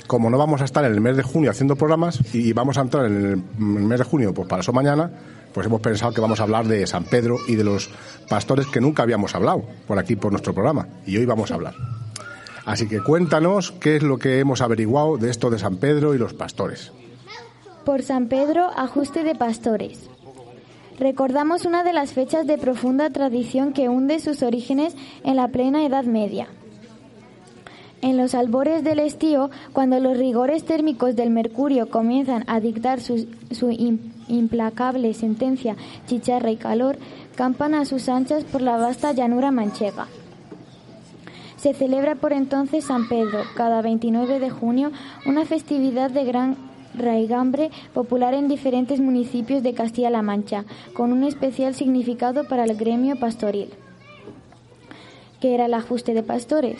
como no vamos a estar en el mes de junio haciendo programas y vamos a entrar en el mes de junio, pues para eso mañana, pues hemos pensado que vamos a hablar de San Pedro y de los pastores que nunca habíamos hablado por aquí, por nuestro programa. Y hoy vamos a hablar. Así que cuéntanos qué es lo que hemos averiguado de esto de San Pedro y los pastores.
Por San Pedro, ajuste de pastores. Recordamos una de las fechas de profunda tradición que hunde sus orígenes en la plena Edad Media. En los albores del estío, cuando los rigores térmicos del mercurio comienzan a dictar su, su im- implacable sentencia, chicharra y calor, campan a sus anchas por la vasta llanura manchega. Se celebra por entonces San Pedro, cada 29 de junio, una festividad de gran raigambre popular en diferentes municipios de Castilla-La Mancha, con un especial significado para el gremio pastoril, que era el ajuste de pastores.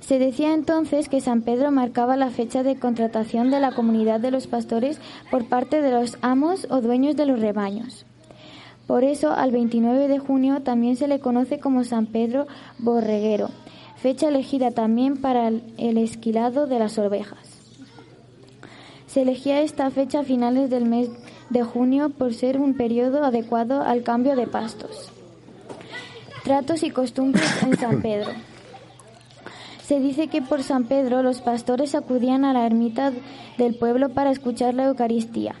Se decía entonces que San Pedro marcaba la fecha de contratación de la comunidad de los pastores por parte de los amos o dueños de los rebaños. Por eso, al 29 de junio también se le conoce como San Pedro Borreguero, fecha elegida también para el- el esquilado de las ovejas. Se elegía esta fecha a finales del mes de junio por ser un periodo adecuado al cambio de pastos. Tratos y costumbres en San Pedro. Se dice que por San Pedro los pastores acudían a la ermita del pueblo para escuchar la Eucaristía.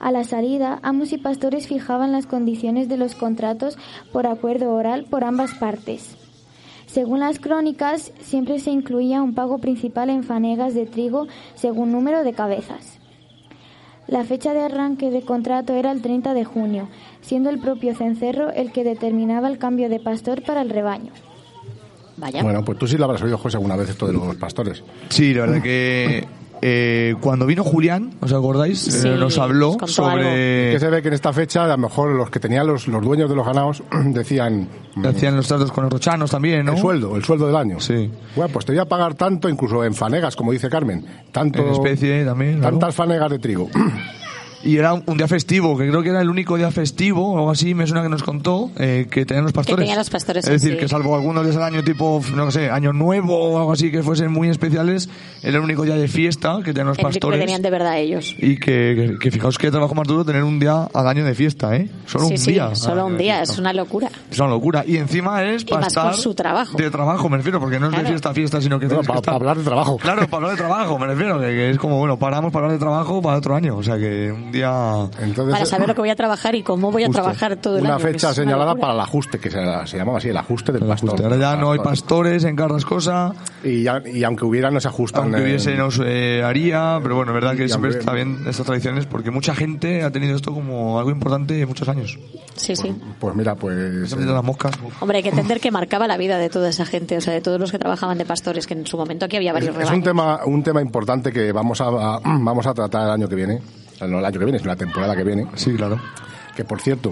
A la salida, amos y pastores fijaban las condiciones de los contratos por acuerdo oral por ambas partes. Según las crónicas, siempre se incluía un pago principal en fanegas de trigo según número de cabezas. La fecha de arranque de contrato era el 30 de junio. siendo el propio cencerro el que determinaba el cambio de pastor para el rebaño.
Vaya.
Bueno, pues tú sí lo habrás oído, José, alguna vez esto de los pastores.
Sí, la verdad que eh, cuando vino Julián, ¿os acordáis? Eh, nos habló sobre...
Que se ve que en esta fecha, a lo mejor los que tenían los, los dueños de los ganados decían. mm,
Hacían los tratos con los rochanos también, ¿no?
El sueldo, el sueldo del año. Sí. Bueno, pues te voy a pagar tanto, incluso en fanegas, como dice Carmen. Tanto,
En especie también, claro.
Tantas fanegas de trigo.
Y era un un día festivo, que creo que era el único día festivo, o algo así, me suena que nos contó, eh, que tenían los pastores.
tenían los pastores,
Es decir,
sí.
que salvo algunos días al año, tipo, no sé, año nuevo o algo así, que fuesen muy especiales, era el único día de fiesta que tenían los
El que
pastores.
tenían de verdad ellos.
Y que, que- que fijaos que trabajo más duro tener un día al año de fiesta, ¿eh? Solo
sí,
un
sí,
día. ah,
solo
al
un
año de
día,
fiesta.
es una locura.
Es una locura. Y encima es
Y más
para
con
estar
su trabajo.
De trabajo, me refiero, porque no es
Claro.
de fiesta a fiesta, sino que para hablar
de trabajo.
Claro, para hablar de trabajo, me refiero, que, que es como, bueno, paramos para hablar de trabajo para otro año, o sea que un día...
Para saber lo que voy a trabajar y cómo voy a
Justo.
trabajar todo el
Una
año. que
fecha
es una
señalada
locura.
para el ajuste, que se, se llamaba así, el ajuste del pastor.
Ahora ya no hay pastores en Carrascosa.
Y, ya- y aunque hubiera, no se ajustan.
Aunque
eh,
hubiese, nos eh, haría, pero bueno, es verdad que
Y
siempre
aunque-
está bien estas tradiciones porque mucha gente ha tenido esto como algo importante muchos años.
Sí, sí.
Pues mira, pues...
Se han metido las moscas.
Hombre, hay que entender que marcaba la vida de toda esa gente, o sea, de todos los que trabajaban de pastores, que en su momento aquí había varios
Es un
rebaños.
tema, un tema importante que vamos a, a- vamos a tratar el año que viene. No el año que viene, sino la temporada que viene.
Sí, claro.
Que por cierto,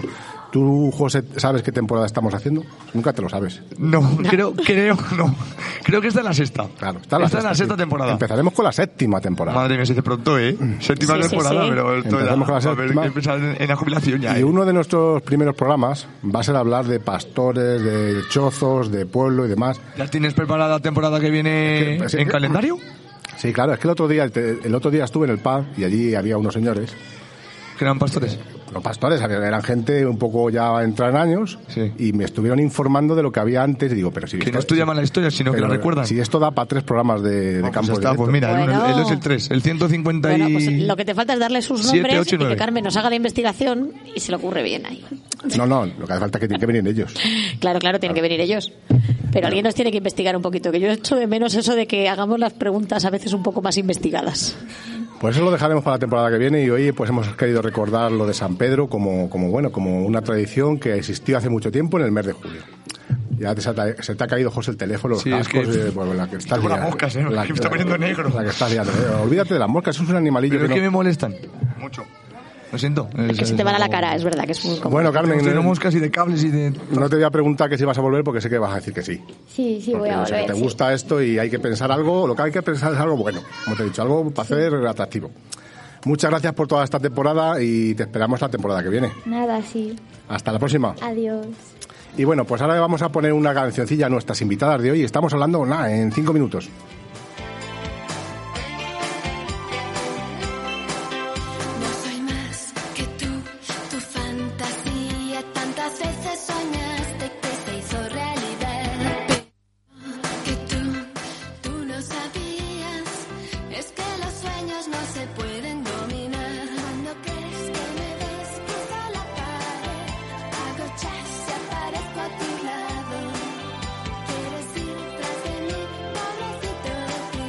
tú, José, ¿sabes qué temporada estamos haciendo? Nunca te lo sabes.
No, creo, creo, no. Creo que esta es la sexta. Claro,
Está en la
esta es la
sexta,
sexta
sí.
temporada.
Empezaremos con la séptima temporada.
Madre mía, se dice pronto, ¿eh? Séptima
Sí, sí,
temporada,
sí.
pero esto era,
Mm. Empezamos con la
a ver,
séptima.
que empezar en, en la jubilación ya.
Y
¿eh?
uno de nuestros primeros programas va a ser hablar de pastores, de chozos, de pueblo y demás.
¿Ya tienes preparada la temporada que viene
Es que-
en calendario?
Sí, claro, es que el otro día, el otro día estuve en el pub y allí había unos señores.
¿Que eran pastores?
Los pastores, había- eran gente un poco ya entrada en años y me estuvieron informando de lo que había antes y digo, pero si...
Que no estudia mal la historia, sino que
pero
la recuerdan.
Si esto da para tres programas de, de
pues
campo.
ya está,
directo.
pues mira, el, uno-
Bueno.
el dos y el 3, el 150
Bueno,
y...
pues lo que te falta es darle sus
Siete,
nombres
ocho y
y que
nueve.
Carmen nos haga la investigación y se le ocurre bien ahí.
No, no, lo que hace falta es que tienen que venir ellos.
Claro, claro, tienen que venir ellos. Pero alguien nos tiene que investigar un poquito, que yo echo de menos eso de que hagamos las preguntas a veces un poco más investigadas.
Pues eso lo dejaremos para la temporada que viene y hoy pues hemos querido recordar lo de San Pedro como, como bueno, como una tradición que existió hace mucho tiempo en el mes de julio. Ya te se, te ha, se te ha caído, José, el teléfono, los
Sí, es
cascos,
que-
eh, bueno, la que estás
Tengo las
liando.
moscas, ¿eh?
La-
que me está poniendo negro.
la que estás liando, eh. Olvídate de las moscas, eso es un animalillo
Pero es
que
que
no-
me molestan mucho. Lo siento.
Que se te van a la cara, es verdad, que es muy incómodo.
Bueno, Carmen,
Tengo
no-
moscas y de cables y de...
No te voy a preguntar que si vas a volver porque sé que vas a decir que sí.
Sí, sí,
Porque
voy a
o sea,
volver.
te
sí.
gusta esto y hay que pensar algo, lo que hay que pensar es algo bueno, como te he dicho, algo para hacer atractivo. Muchas gracias por toda esta temporada y te esperamos la temporada que viene.
Nada, sí.
Hasta la próxima.
Adiós.
Y bueno, pues ahora vamos a poner una cancioncilla a nuestras invitadas de hoy. Estamos hablando, nada, en cinco minutos.
No soy más que tú, tu fantasía. Tantas veces soñaste que se hizo realidad. Pero que tú, tú no sabías. Es que los sueños no se pueden dominar. Cuando crees que me ves, cruzo la pared. Hago chas y aparezco a tu lado. Quieres ir tras de mí, pobrecito de ti.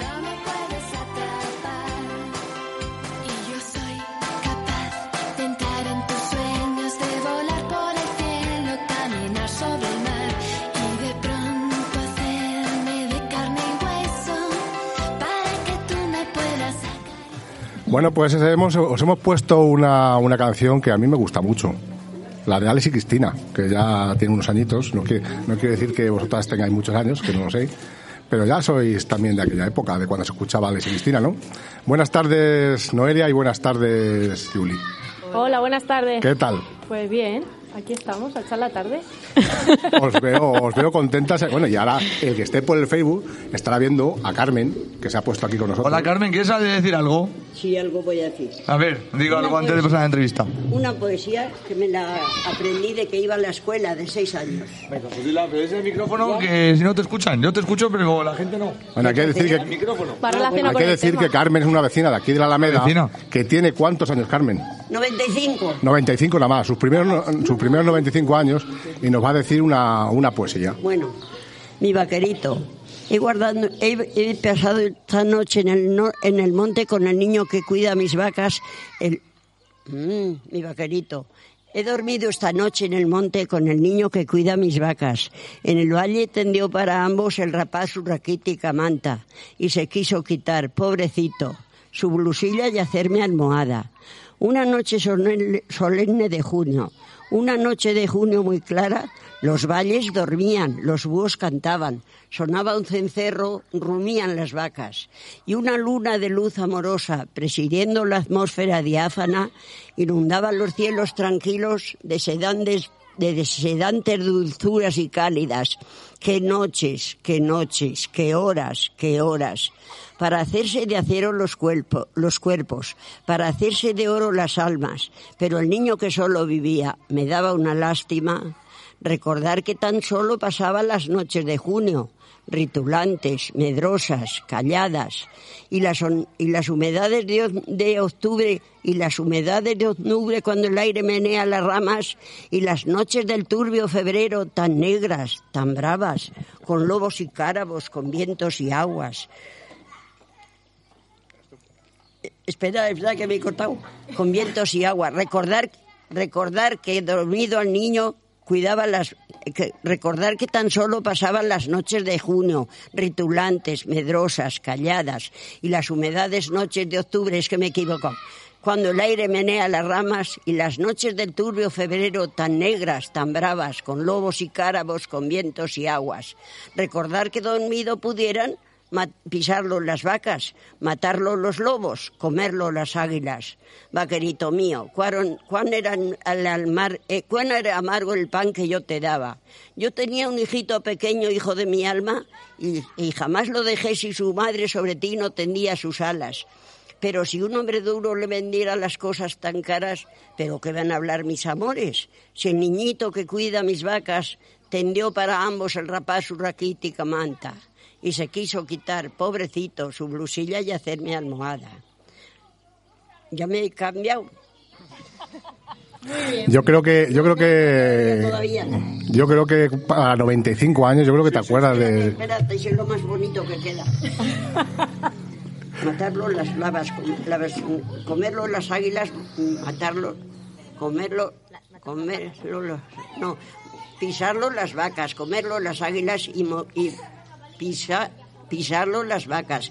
No me puedes atrapar. Y yo soy capaz de entrar en tus sueños, de volar por el cielo, caminar sobre el mar y de pronto hacerme de carne y hueso para que tú me puedas
Bueno, pues os hemos, os hemos puesto una, una canción que a mí me gusta mucho. La de Alex y Cristina, que ya tiene unos añitos. No quiere, no quiere decir que vosotras tengáis muchos años, que no lo sé. Pero ya sois también de aquella época, de cuando se escuchaba Alex y Cristina, ¿no? Buenas tardes, Noelia, y buenas tardes, Juli.
Hola, buenas tardes.
¿Qué tal?
Pues bien, aquí estamos, a echar la tarde.
Os veo, os veo contentas. Bueno, y ahora el que esté por el Facebook estará viendo a Carmen, que se ha puesto aquí con nosotros.
Hola, Carmen, ¿quieres decir algo?
Sí, algo voy a decir.
A ver, digo
Una
algo antes de
cosa.
pasar a la entrevista.
Una poesía que me la aprendí de que iba a la escuela de seis años.
pero ese micrófono que si no te escuchan, yo te escucho, pero la gente no.
Bueno, hay que decir que-
Va relacionado
Hay
con
que
el
decir
tema.
que Carmen es una vecina de aquí de la Alameda.
Vecina.
Que tiene cuántos años, Carmen?
95.
95 nada más, sus primeros, no- sus primeros 95 años y nos va a decir una, una poesía.
Bueno, mi vaquerito. He, guardado, he, he pasado esta noche en el, nor- en el monte con el niño que cuida mis vacas, el,
Mm, mi vaquerito. He dormido esta noche en el monte con el niño que cuida mis vacas. En el valle tendió para ambos el rapaz su raquítica manta y se quiso quitar, pobrecito, su blusilla y hacerme almohada. Una noche solemne solemne de junio, una noche de junio muy clara, los valles dormían, los búhos cantaban, sonaba un cencerro, rumían las vacas, y una luna de luz amorosa, presidiendo la atmósfera diáfana, inundaba los cielos tranquilos de sedantes, de sedantes dulzuras y cálidas. Qué noches, qué noches, qué horas, qué horas. Para hacerse de acero los, cuerpo- los cuerpos, para hacerse de oro las almas. Pero el niño que solo vivía me daba una lástima recordar que tan solo pasaban las noches de junio, ritulantes, medrosas, calladas, y las, on- y las humedades de, o- de octubre, y las humedades de octubre cuando el aire menea las ramas, y las noches del turbio febrero tan negras, tan bravas, con lobos y cárabos, con vientos y aguas. Eh, Espera, es verdad que me he cortado. Con vientos y aguas. Recordar, recordar que dormido al niño cuidaba las que- recordar que tan solo pasaban las noches de junio, ritulantes, medrosas, calladas, y las humedades noches de octubre, es que me equivoco, cuando el aire menea las ramas y las noches del turbio febrero tan negras, tan bravas, con lobos y cárabos, con vientos y aguas. Recordar que dormido pudieran ma- pisarlo las vacas, matarlo los lobos, comerlo las águilas. Vaquerito mío, cuán, cuán era, al- al mar- eh, cuán era amargo el pan que yo te daba. Yo tenía un hijito pequeño, hijo de mi alma, y, y jamás lo dejé si su madre sobre ti no tendía sus alas. Pero si un hombre duro le vendiera las cosas tan caras, ¿pero qué van a hablar mis amores? Si el niñito que cuida mis vacas tendió para ambos el rapaz su raquítica manta y se quiso quitar, pobrecito, su blusilla y hacerme almohada. Ya me he cambiado.
Yo creo que, yo creo que,
Todavía.
yo creo que para 95 años, yo creo que te acuerdas de.
Espérate, si es lo más bonito que queda. Matarlo las lavas, com- lavas, comerlo las águilas, matarlo, comerlo, comerlo, los- no, pisarlo las vacas, comerlo las águilas y, mo- y pisa- pisarlo las vacas.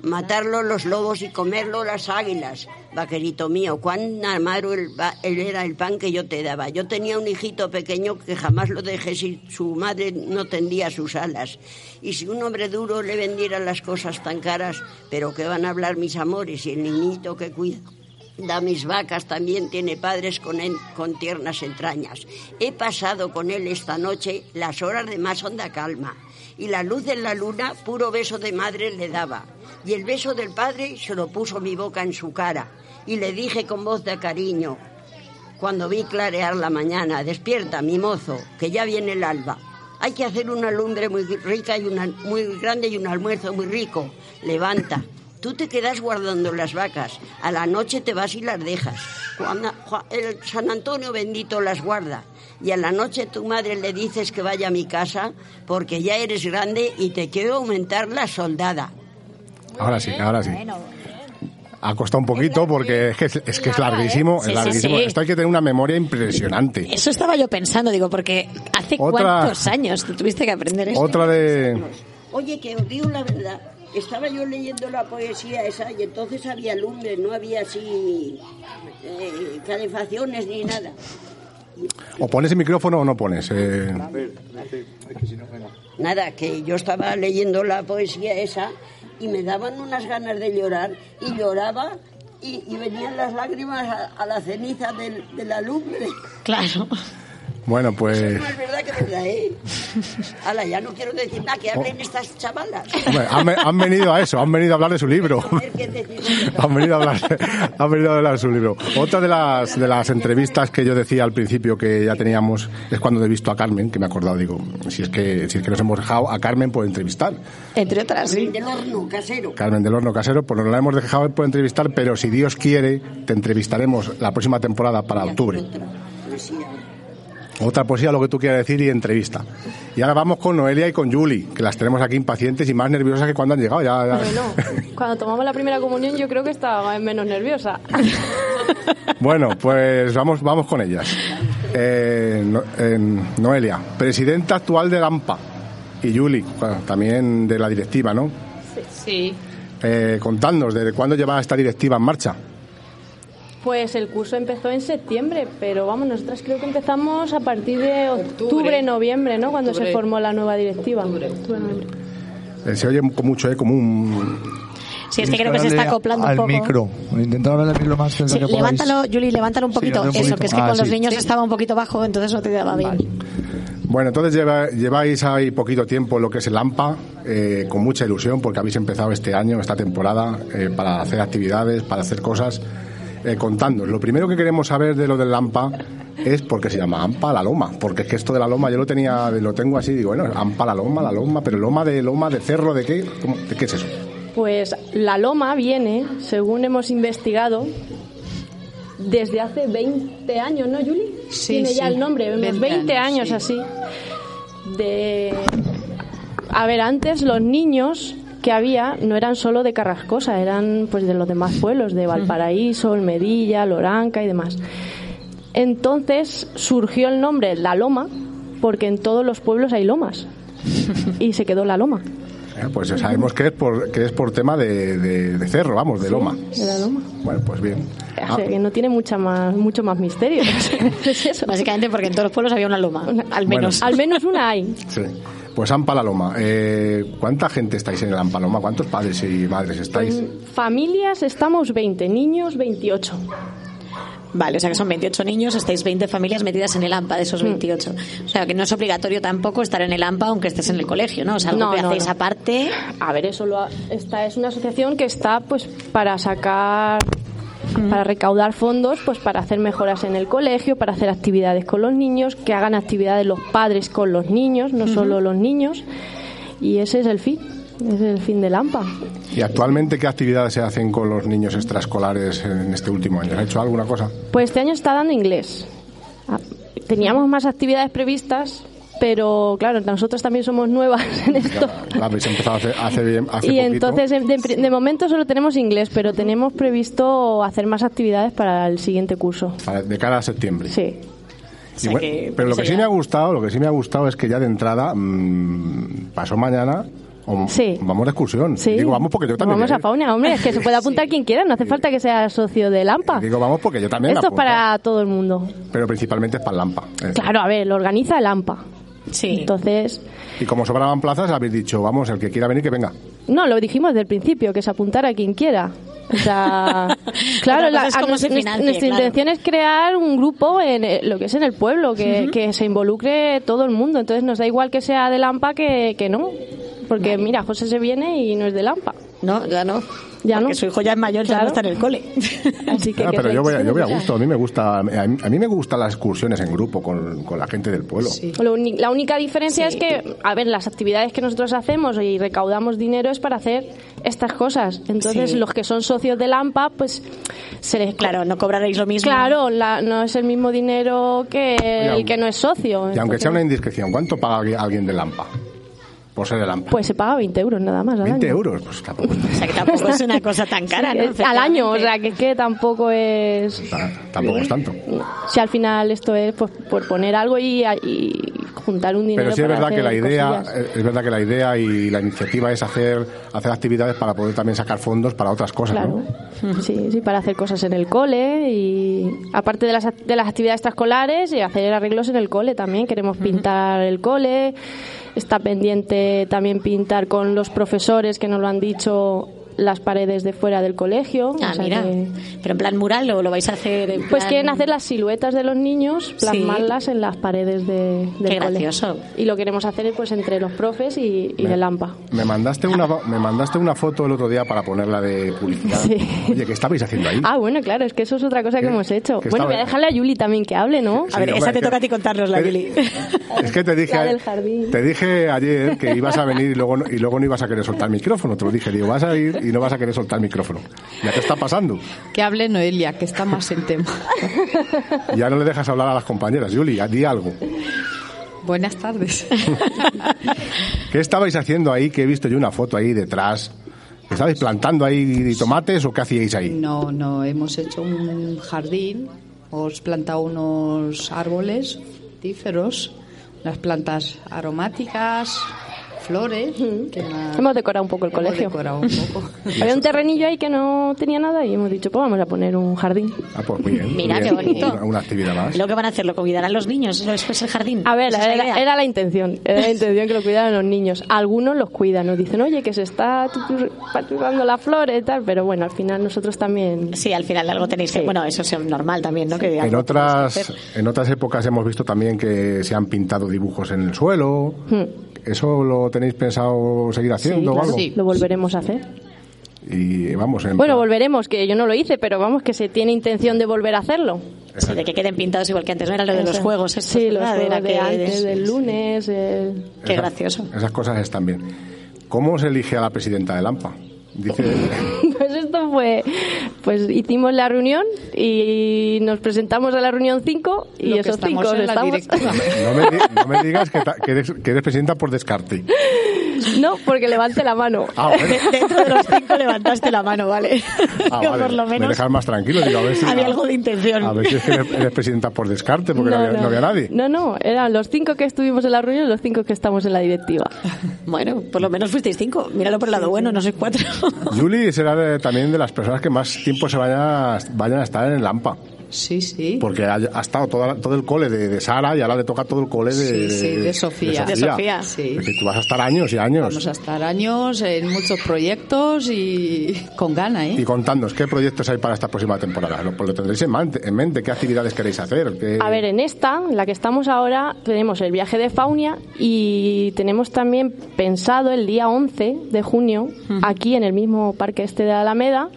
Matarlo los lobos y comerlo las águilas, vaquerito mío. Cuán amaro el va- el- era el pan que yo te daba. Yo tenía un hijito pequeño que jamás lo dejé si su madre no tendía sus alas. Y si un hombre duro le vendiera las cosas tan caras, pero qué van a hablar mis amores y el niñito que cuida. Da mis vacas también tiene padres con, en- con tiernas entrañas. He pasado con él esta noche las horas de más honda calma. Y la luz de la luna, puro beso de madre, le daba. Y el beso del padre se lo puso mi boca en su cara. Y le dije con voz de cariño, cuando vi clarear la mañana, despierta, mi mozo, que ya viene el alba. Hay que hacer una lumbre muy rica y una muy grande y un almuerzo muy rico. Levanta. Tú te quedas guardando las vacas. A la noche te vas y las dejas. Juana- Ju- el San Antonio bendito las guarda. Y a la noche tu madre le dices que vaya a mi casa porque ya eres grande y te quiero aumentar la soldada.
Ahora sí, ahora sí. Ha costado un poquito porque es que es, es que es larguísimo,
¿eh? Sí,
es
sí,
larguísimo.
sí.
Esto hay que tener una memoria impresionante.
Eso estaba yo pensando, digo, porque hace
Otra-
cuántos años tú tuviste que aprender esto.
Otra de.
Oye, que os digo la verdad, estaba yo leyendo la poesía esa y entonces había lumbre, no había así eh, calefacciones ni nada.
O pones el micrófono o no pones. eh.
Nada, que yo estaba leyendo la poesía esa y me daban unas ganas de llorar y lloraba y, y venían las lágrimas a, a la ceniza del- de la lumbre.
Claro.
Bueno, pues.
No es verdad que es verdad, ¿eh? Ala, ya no quiero decir nada, que hablen estas chavalas.
Oh. hombre, han, han venido a eso, han venido a hablar de su libro. Han venido a hablar, han venido a hablar de su libro. Otra de las, de las entrevistas que yo decía al principio que ya teníamos es cuando he visto a Carmen, que me he acordado, digo, si es que, si es que nos hemos dejado a Carmen por entrevistar.
Entre otras, sí.
Del horno casero.
Carmen del Horno Casero, pues nos la hemos dejado por entrevistar, pero si Dios quiere, te entrevistaremos la próxima temporada para octubre. Otra poesía, lo que tú quieras decir y entrevista. Y ahora vamos con Noelia y con Julie, que las tenemos aquí impacientes y más nerviosas que cuando han llegado. Ya, ya.
Bueno, cuando tomamos la primera comunión yo creo que estaba menos nerviosa.
Bueno, pues vamos, vamos con ellas. Eh, no- eh, Noelia, presidenta actual de AMPA y Yuli, bueno, también de la directiva, ¿no?
Sí.
Eh, contadnos, ¿desde cuándo lleva esta directiva en marcha?
Pues el curso empezó en septiembre, pero vamos, nosotras creo que empezamos a partir de octubre, noviembre, ¿no? Cuando se
Octubre.
formó la nueva directiva.
Eh, se oye con mucho eco, como un...
Sí, es que creo que se está
Darle
acoplando un
al
poco.
micro. Intentar hablar al micro lo más cerca
Sí,
que podáis.
levántalo, Juli, levántalo un
Sí,
poquito.
levántalo un
Eso,
poquito.
que es que
Ah,
con los
sí.
niños
Sí.
estaba un poquito bajo, entonces no te daba bien.
Bueno, entonces lleva- lleváis ahí poquito tiempo en lo que es el AMPA, eh, con mucha ilusión, porque habéis empezado este año, esta temporada, eh, para hacer actividades, para hacer cosas. Eh, contadnos, lo primero que queremos saber de lo del AMPA es por qué se llama AMPA la Loma, porque es que esto de la Loma yo lo tenía, lo tengo así, digo, bueno, AMPA la Loma, la Loma, pero Loma de Loma de Cerro, ¿de qué? ¿Cómo- ¿De qué es eso? Eh,
Pues la loma viene, según hemos investigado, desde hace 20 años, ¿no, Juli?
Sí,
Tiene ya
sí.
el nombre, unos
20
20 años
años,
así. De. A ver, antes los niños que había no eran solo de Carrascosa, eran pues de los demás pueblos, de Valparaíso, Olmedilla, Loranca y demás. Entonces surgió el nombre La Loma, porque en todos los pueblos hay lomas. Y se quedó La Loma.
Eh, pues ya sabemos que es por, que es por tema de, de- de cerro, vamos, de Loma.
de La Loma.
Bueno, pues bien.
O sea, que no tiene mucha más, mucho más misterio.
Básicamente porque en todos los pueblos había una loma, al
menos.
Al menos una hay.
Sí. Pues AMPA la Loma. Eh, ¿Cuánta gente estáis en el AMPA Loma? ¿Cuántos padres y madres estáis?
Pues- Familias estamos 20, niños 28.
Vale, o sea que son 28 niños, estáis 20 familias metidas en el AMPA de
Mm.
esos 28. O sea que no es obligatorio tampoco estar en el AMPA aunque estés en el colegio, ¿no? O sea, algo
No,
que
no,
hacéis
no.
aparte.
A ver, eso lo ha- esta es una asociación que está pues para sacar
Mm.
para recaudar fondos, pues para hacer mejoras en el colegio, para hacer actividades con los niños, que hagan actividades los padres con los niños, no solo los niños. Y ese es el fin, ese es el fin del AMPA.
¿Y actualmente qué actividades se hacen con los niños extraescolares en este último año? ¿Has hecho alguna cosa?
Pues este año está dando inglés. Ah, Teníamos más actividades previstas, pero claro, nosotros también somos nuevas en esto.
La habéis empezado hace, hace bien, hace
y
poquito.
entonces, de, de- de momento solo tenemos inglés, pero tenemos previsto hacer más actividades para el siguiente curso.
Para- de cara a septiembre.
Sí.
Y
sea
bueno,
que
pero lo que sí
sería-
me ha gustado, lo que sí me ha gustado es que ya de entrada mm, pasó mañana. o- Vamos de excursión. Digo, vamos porque yo también.
Vamos
eh.
a fauna, hombre, es que se puede apuntar quien quiera, no hace falta que sea socio de Lampa.
Digo, vamos porque yo también.
Esto es
apunto.
para todo el mundo.
Pero principalmente es para el Lampa. eh.
Claro, a ver, lo organiza el AMPA.
Sí.
Entonces,
Y como sobraban plazas, habéis dicho, vamos, el que quiera venir, que venga.
no, lo dijimos desde el principio, que se apuntara quien quiera. O sea, claro,
Otra cosa es
a
cómo
nos-
se
nos-
financie,
nuestra
claro.
intención es crear un grupo en eh, lo que es en el pueblo, que,
Ujú.
que se involucre todo el mundo. Entonces nos da igual que sea de Lampa que, que no. Porque mira, José se viene y no es de Lampa.
No, ya no.
Ya no.
Porque su hijo ya es mayor, ya no
Claro.
está en el cole.
Así que,
Ah,
que
pero
se-
yo voy, a-
se
yo voy a
nos da.
gusto, a mí me gusta, a mí, a mí me gustan las excursiones en grupo con, con la gente del pueblo.
Lo uni- la única diferencia es que, a ver, las actividades que nosotros hacemos y recaudamos dinero es para hacer estas cosas. Entonces,
Sí.
los que son socios de Lampa, pues se les.
Claro, no cobraréis lo mismo.
Claro, la- no es el mismo dinero que el
aunque-
que no es socio.
Y aunque sea una
Entonces,
indiscreción, ¿cuánto paga alguien- alguien de Lampa? Por ser de Lampa.
Pues se paga 20 euros nada más. Al
20
año.
euros, pues tampoco.
O sea que tampoco es una cosa tan cara,
Sí,
¿no?
que- Al año, o sea, que, que tampoco es.
ta- Tampoco es tanto.
Si al final esto es pues, por poner algo y, y juntar un dinero.
Pero sí es
para
verdad que
hacer
la idea, eh,
cosillas.
es verdad que la idea y la iniciativa es hacer, hacer actividades para poder también sacar fondos para otras cosas,
Claro.
¿no?
Sí, sí, para hacer cosas en el cole y aparte de las, act- de las actividades extraescolares y hacer arreglos en el cole también. Queremos pintar el cole. Está pendiente también pintar con los profesores que nos lo han dicho las paredes de fuera del colegio.
Ah,
O sea
mira.
que-
Pero en plan mural o lo vais a hacer en
pues
plan-
quieren hacer las siluetas de los niños, plasmarlas en las paredes de, del
Qué
cole.
gracioso.
Y lo queremos hacer pues entre los profes y, y
Me-
de Lampa.
Me mandaste una me mandaste una foto el otro día para ponerla de publicidad. Oye, ¿qué estabais haciendo ahí?
Ah, bueno, claro, es que eso es otra cosa que hemos hecho.
que
Bueno, voy a
estaba-
dejarle a Yuli también que hable, ¿no?
Sí, A ver, hombre, esa te es que- toca a
ti contárnosla, Yuli.
Es que te dije,
La del jardín.
te dije ayer que ibas a venir y luego, no- y luego no ibas a querer soltar el micrófono. Te lo dije, digo, vas a ir y no vas a querer soltar el micrófono. Ya te está pasando.
Que hable Noelia, que está más en tema.
Ya no le dejas hablar a las compañeras. Yuli, di algo.
Buenas tardes.
¿Qué estabais haciendo ahí? Que he visto yo una foto ahí detrás ¿Estabais plantando ahí tomates o qué hacíais ahí?
No, no, hemos hecho un jardín, hemos plantado unos árboles tíferos, unas plantas aromáticas, flores. que la-
Hemos decorado un poco el
hemos
colegio.
decorado un poco.
Había un terrenillo ahí que no tenía nada y hemos dicho, pues vamos a poner un jardín.
Ah, pues muy bien.
Mira,
muy
qué
bien.
bonito.
Una, una actividad más.
Lo que van a hacer, lo cuidarán los niños, eso después el jardín.
A ver,
Esa es la
era,
idea.
era la intención, era la intención que lo cuidaran los niños. Algunos los cuidan, nos dicen, oye, que se está tutur- partiendo las flores y tal, pero bueno, al final nosotros también...
Sí, al final algo tenéis que... Bueno, eso es normal también, ¿no? Que
En otras, en otras épocas hemos visto también que se han pintado dibujos en el suelo. ¿Eso lo tenéis pensado seguir haciendo o
claro,
algo?
Hmm. Lo volveremos a hacer.
Y vamos, en
Bueno, volveremos, que yo no lo hice, pero vamos, que se tiene intención de volver a hacerlo.
Sí, de que queden pintados igual que antes, no era lo de los
Eso.
juegos. estos,
Sí, los
¿verdad? Era
juegos de
que-
antes, del lunes, eh. el...
Qué gracioso.
esas cosas están bien. ¿Cómo se elige a la presidenta del AMPA? Dice,
Pues esto fue, pues hicimos la reunión y nos presentamos a la reunión 5 y
Lo que
esos
estamos
cinco
en la
estamos...
directiva.
no me, di- no me digas que, ta- que eres, que eres presidenta por descarte.
No, porque levante la mano.
Ah, bueno.
Dentro de los cinco levantaste la mano, ¿vale?
Ah,
Que
vale,
por lo
Me
menos
dejas más tranquilo. Digo, a ver si,
había algo de intención.
a ver si es que eres eres presidenta por descarte, porque no, había, no había nadie.
No, no, eran los cinco que estuvimos en la reunión y los cinco que estamos en la directiva.
Bueno, por lo menos fuisteis cinco. Míralo por el lado bueno, no sois cuatro.
Julie será de- también de las personas que más tiempo se vayan a, vayan a estar en el AMPA.
Sí, sí.
Porque ha, ha estado toda- todo el cole de, de Sara y ahora le toca todo el cole de,
Sí, sí, de Sofía.
de
De Sofía. Sí.
Es decir, tú vas a estar años y años.
Vamos a estar años en muchos proyectos y con gana, ¿eh?
Y contadnos, ¿qué proyectos hay para esta próxima temporada? Lo, pues lo tendréis en, man- en mente, ¿qué actividades queréis hacer? ¿Qué-
A ver, en esta, en la que estamos ahora, tenemos el viaje de Faunia y tenemos también pensado el día 11 de junio, aquí en el mismo parque este de Alameda,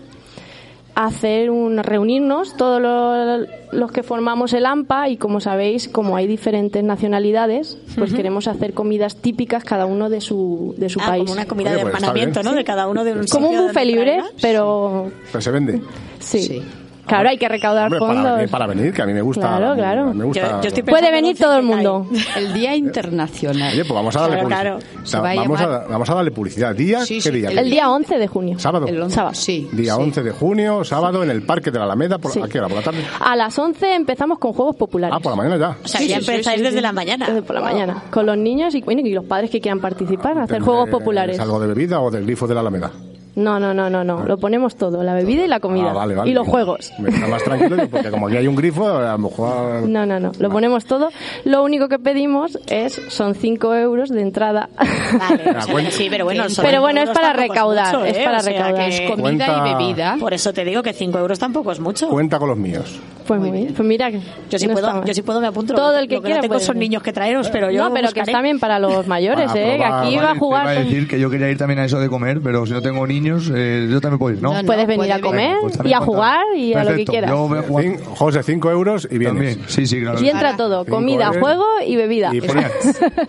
hacer un reunirnos todos lo- los que formamos el AMPA y como sabéis, como hay diferentes nacionalidades, pues
Ujú.
queremos hacer comidas típicas cada uno de su, de su
Ah,
país.
como una comida Oye, de pues está empanamiento, bien. ¿no? De cada uno de un
Como un
sitio
buffet
donde
libre, pero
Pero se vende.
sí. Claro, hay que recaudar
Hombre, para,
fondos.
venir- para venir, que a mí me gusta.
Claro,
a mí-
claro.
a mí me gusta-
Puede venir todo el mundo.
El Día Internacional.
Oye, pues vamos a darle publicidad. O sea,
Se va a
vamos,
llamar-
a, vamos a darle publicidad. ¿Día?
Sí,
¿Qué
sí,
día?
El día 11 de junio.
¿Sábado?
Sábado.
Día 11 de junio, sábado, en el Parque de la Alameda. Por,
Sí.
¿A qué hora? ¿Por la tarde?
A las 11 empezamos con juegos populares.
Ah, por la mañana ya.
O sea, ya empezáis desde la mañana.
Desde por la mañana. Con los niños y, bueno, y los padres que quieran participar, hacer juegos
Eh,
populares.
¿Es algo de bebida o del grifo de la Alameda?
No, no, no, no, no. Lo ponemos todo, la bebida y la comida.
Ah, vale, vale.
Y los juegos.
Me está más tranquilo digo, porque como aquí hay un grifo, a lo mejor...
No, no, no. Lo ponemos todo. Lo único que pedimos es, son 5 euros de entrada.
Ah, cuenta-
Sí, pero bueno, son
Pero bueno, es
euros
para
tampoco
recaudar,
mucho,
es
¿eh?
para
O sea,
recaudar.
que-
Comida Cuenta- y bebida.
Por eso te digo que 5 euros tampoco es mucho.
Cuenta con los míos.
Pues, muy bien. pues mira,
Yo sí,
no está
puedo,
mal.
yo sí puedo, me apunto.
Todo
Lo
el que
lo
quiera
no tengo
puede
son
venir.
niños que traeros, pero yo
no, pero que está bien para los mayores,
Para
¿eh? Que
probar,
aquí va a
Ah, vale, te
jugar.
iba
con-
decir que yo quería ir también a eso de comer, pero si no tengo niños, eh, yo también puedo ir, ¿no?
Puedes venir a comer
Pues
y
también
a
cuenta.
jugar y a lo que
Perfecto,
quieras.
Yo voy a jugar.
José, 5 euros y vienes.
Sí, sí, claro.
Y entra todo,
Cinco
comida,
euros.
juego y bebida.
Y prueba,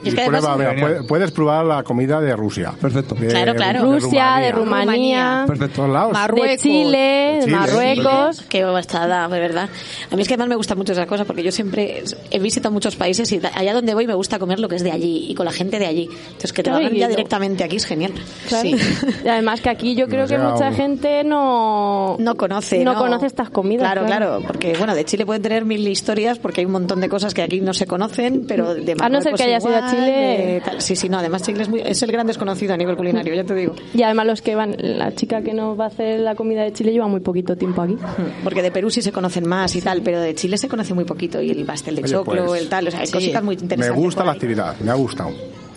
Y es
y
que además-
prueba, mira,
pues.
puedes, puedes probar la comida de Rusia. Perfecto.
Claro, claro. Rusia, de Rumanía.
Perfecto. Todos lados.
Marruecos.
De Chile,
De
de
Chile.
Marruecos.
Qué bobastada, de verdad. A mí es que además me gusta mucho esa cosa porque yo siempre he visitado muchos países y da- allá donde voy me gusta comer lo que es de allí y con la gente de allí. Entonces que te lo
Claro,
hagan
y
ya
lo-
directamente aquí es genial.
Claro. Y además que aquí
Pues
yo creo que
Demasiado.
mucha gente no
No conoce,
no conoce estas comidas.
Claro, claro, porque bueno, de Chile pueden tener mil historias porque hay un montón de cosas que aquí no se conocen, pero de
A no ser
Marruecos
que hayas ido a
igual,
Chile.
de tal. Sí, sí, no, además Chile es, muy- es el gran desconocido a nivel culinario, ya te digo.
Y además los que van, la chica que nos va a hacer la comida de Chile lleva muy poquito tiempo aquí.
Hmm, Porque de Perú sí se conocen más y tal, pero de Chile se conoce muy poquito. Y el pastel de
Oye,
choclo,
pues,
el tal, o sea, hay
sí.
cositas muy
Me
interesantes.
gusta la actividad, me ha gustado.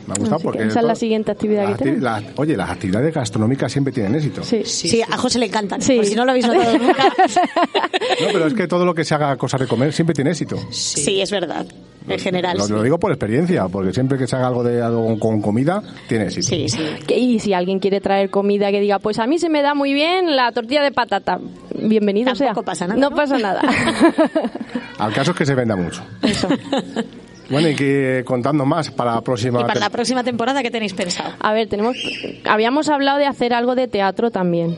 Me ha gustado
Así que
porque...
esa es la
todo-
siguiente actividad
las
que tenemos.
acti- las- oye, las actividades gastronómicas siempre tienen éxito.
Sí,
Sí, a José le encantan. Por si no lo habéis notado nunca.
No, pero es que todo lo que se haga cosa de comer siempre tiene éxito.
Sí, es verdad. En general.
Lo,
sí.
lo digo por experiencia, porque siempre que se haga algo de algo con comida, tiene éxito.
Sí, sí.
Que- Y si alguien quiere traer comida que diga, pues a mí se me da muy bien la tortilla de patata, bienvenido sea.
pasa nada,
No,
¿no?
pasa nada.
Al caso es que se venda mucho. Bueno, y que contando más para la próxima.
¿Y para la próxima temporada qué tenéis pensado?
A ver, tenemos, habíamos hablado de hacer algo de teatro también,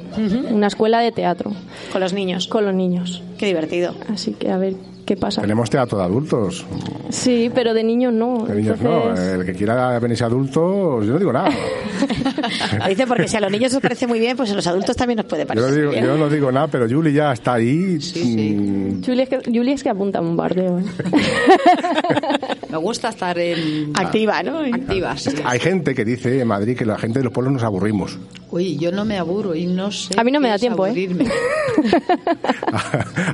una escuela de teatro.
Con los niños.
Con los niños.
Qué divertido.
Así que a ver qué pasa.
Tenemos teatro de adultos.
Sí, pero de niños no.
De niños no.
Pues Entonces,
El que quiera venirse adulto, yo no digo nada.
Lo dice porque si a los niños os parece muy bien, pues a los adultos también nos puede
Yo,
parecer.
digo-
bien.
yo no digo nada, pero Juli ya está ahí. mm,
Julie es, que, Julie es que apunta a ¿eh? un bardeo.
Me gusta estar en...
Activa,
¿no? Activa, sí.
Hay gente que dice en Madrid que la gente de los pueblos nos aburrimos.
Uy, yo no me aburro y no sé...
A mí no me da tiempo, ¿eh?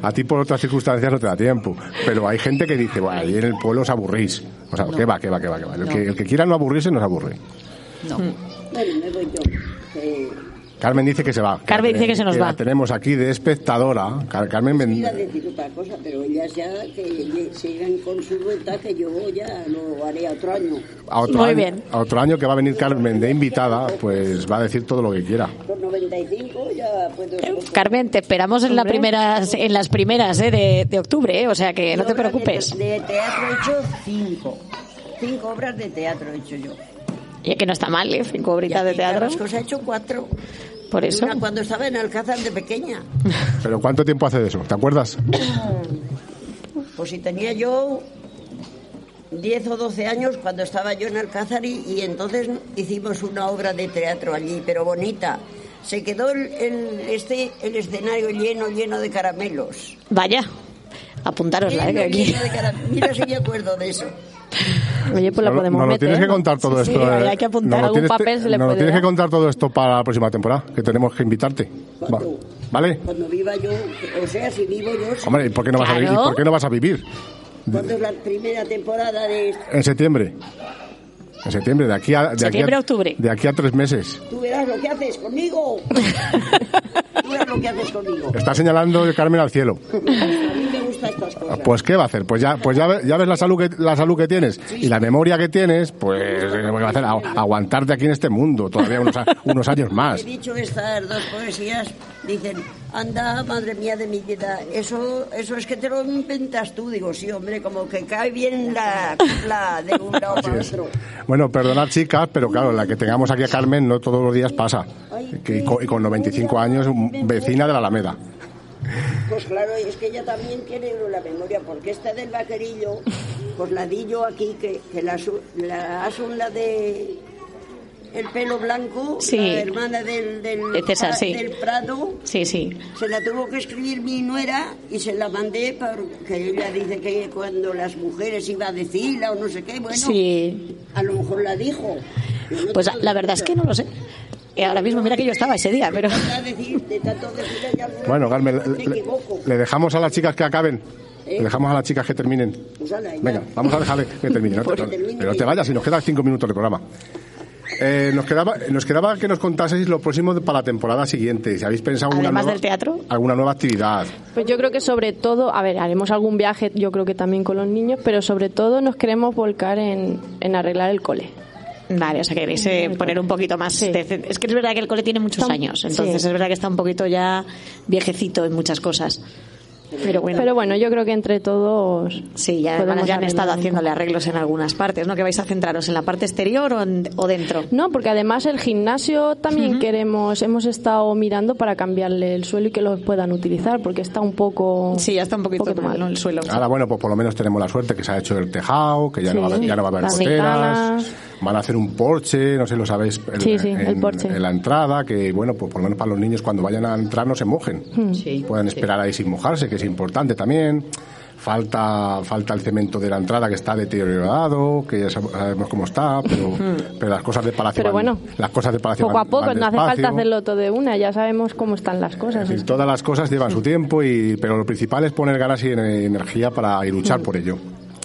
A ti por otras circunstancias no te da tiempo, pero hay gente que dice, bueno, ahí en el pueblo os aburrís. O sea, ¿qué va, qué va, qué va, qué va? El,
No.
que, el que quiera no aburrirse nos aburre.
Mm. Bueno, me voy yo. Eh,
Carmen dice que se va.
Carmen dice que se nos
la
va.
tenemos aquí de espectadora. Car- Carmen, ven-
iba a decir otra cosa, pero ellas ya que lle- sigan con su ruta, que yo ya lo haré otro año.
a otro, año, a otro año que va a venir Carmen de invitada, pues va a decir todo lo que quiera.
Con 95 ya puedo...
Carmen, te esperamos en, la
Hombre.
primeras, en las primeras eh, de, de octubre, eh, o sea que no
Y
te
obras de
preocupes.
te- De, teatro he hecho cinco. Cinco obras de teatro he hecho yo.
Y que no está mal, ¿eh? Cinco horitas de teatro.
Carrascos ha hecho cuatro.
Por
Y
eso.
una cuando estaba en Alcázar de pequeña.
Pero ¿cuánto tiempo hace de eso? ¿Te acuerdas?
Pues si tenía yo 10 o 12 años cuando estaba yo en Alcázar y, y entonces hicimos una obra de teatro allí, pero bonita. Se quedó el, el- este, el escenario lleno, lleno de caramelos.
Vaya, apuntárosla, eh,
Lleno,
que aquí.
lleno de caram- Mira si me acuerdo de eso.
Oye, pues la
No,
podemos
no lo
meter,
tienes que
¿no?
contar todo
Sí,
esto.
sí,
eh.
hay que apuntar
No lo
algún
tienes que-
papel, se le
no lo
puede
tienes
dar.
que contar todo esto para la próxima temporada, que tenemos que invitarte. Va- ¿Vale?
Cuando viva yo, o sea, si vivo yo... sí.
Hombre, ¿y por qué no vas a vivir? ¿Y por qué no vas a vivir?
¿Cuándo es la primera temporada de
En septiembre. En septiembre, de aquí a... De
Septiembre,
aquí a,
octubre.
De aquí a tres meses.
Tú verás lo que haces conmigo. Tú verás lo que haces conmigo.
Está señalando Carmen al cielo.
A mí me gustan estas cosas.
Pues ¿qué va a hacer? Pues ya, pues ya, ve- ya ves la salud que la salud que tienes y la memoria que tienes, pues ¿qué va a hacer? A- aguantarte aquí en este mundo todavía unos, a- unos años
He
más.
dicho estas dos poesías, dicen, anda, madre mía de mi vida, eso, eso es que te lo inventas tú, digo, sí, hombre, como que cae bien la, la de un lado para otro.
Bueno, perdonad chicas, pero claro, la que tengamos aquí a Carmen no todos los días pasa. Que- y, con, y con 95 años, un- vecina de la Alameda.
Pues claro, es que ella también tiene la memoria, porque esta del vaquerillo, pues la di yo aquí, que, que la, su- la asun la de el pelo blanco,
Sí.
la hermana del, del,
De César,
Pra-
sí.
del Prado,
Sí, sí.
se la tuvo que escribir mi nuera y se la mandé porque ella dice que cuando las mujeres iba a decirla o no sé qué, bueno,
Sí.
a lo mejor la dijo. Yo no
Pues
tengo
la verdad es que no lo sé. Eh, Ahora mismo, mira que yo estaba ese día, pero.
nada que decir, de tanto decirla ya alguna
Bueno,
vez
Carmen,
me
le, le-
equivoco.
le dejamos a las chicas que acaben.
¿Eh?
Le dejamos a las chicas que terminen.
Pues ala, ya.
Venga, vamos a dejarle que termine. No te,
Porque termine
pero no te vayas, si nos quedan cinco minutos de programa. Eh, nos, quedaba, nos quedaba que nos contaseis lo próximo de- para la temporada siguiente. Si habéis pensado alguna
Además
nueva,
del teatro.
alguna nueva actividad.
Pues yo creo que sobre todo, a ver, haremos algún viaje, yo creo que también con los niños, pero sobre todo nos queremos volcar en, en arreglar el cole.
Vale, o sea, queréis eh, poner un poquito más. decente. Es que es verdad que el cole tiene muchos
Está-
años, entonces
sí.
es verdad que está un poquito ya viejecito en muchas cosas. Pero bueno.
Pero bueno, yo creo que entre todos.
Sí, ya,
podemos
ya han estado
arreglar un
haciéndole arreglos en algunas partes, ¿no? Que vais a centraros en la parte exterior o, en- o dentro.
No, porque además el gimnasio también queremos, hemos estado mirando para cambiarle el suelo y que lo puedan utilizar, porque está un poco. Sí,
ya está un poquito mal el suelo.
Ahora, bueno, pues por lo menos tenemos la suerte que se ha hecho el tejado, que ya, no, va a haber,
Sí.
ya no va a haber
Las
goteras.
ventanas.
Van a hacer un porche, no sé si lo sabéis, en-
Sí, sí,
en,
el porche.
en la entrada, que bueno, pues por lo menos para los niños cuando vayan a entrar no se mojen. Puedan esperar ahí sin mojarse, que es importante también. Falta, falta el cemento de la entrada que está deteriorado, que ya sab- sabemos cómo está, pero, pero las cosas de palacio
Hmm. Pero
van-
bueno,
las cosas de palacio
Poco a
van-
poco,
van
no hace falta
despacio.
hacerlo todo de una, ya sabemos cómo están las cosas.
Es decir, todas las cosas llevan
Hmm.
su tiempo, y, pero lo principal es poner ganas y ener- energía para y luchar
Hmm.
por ello.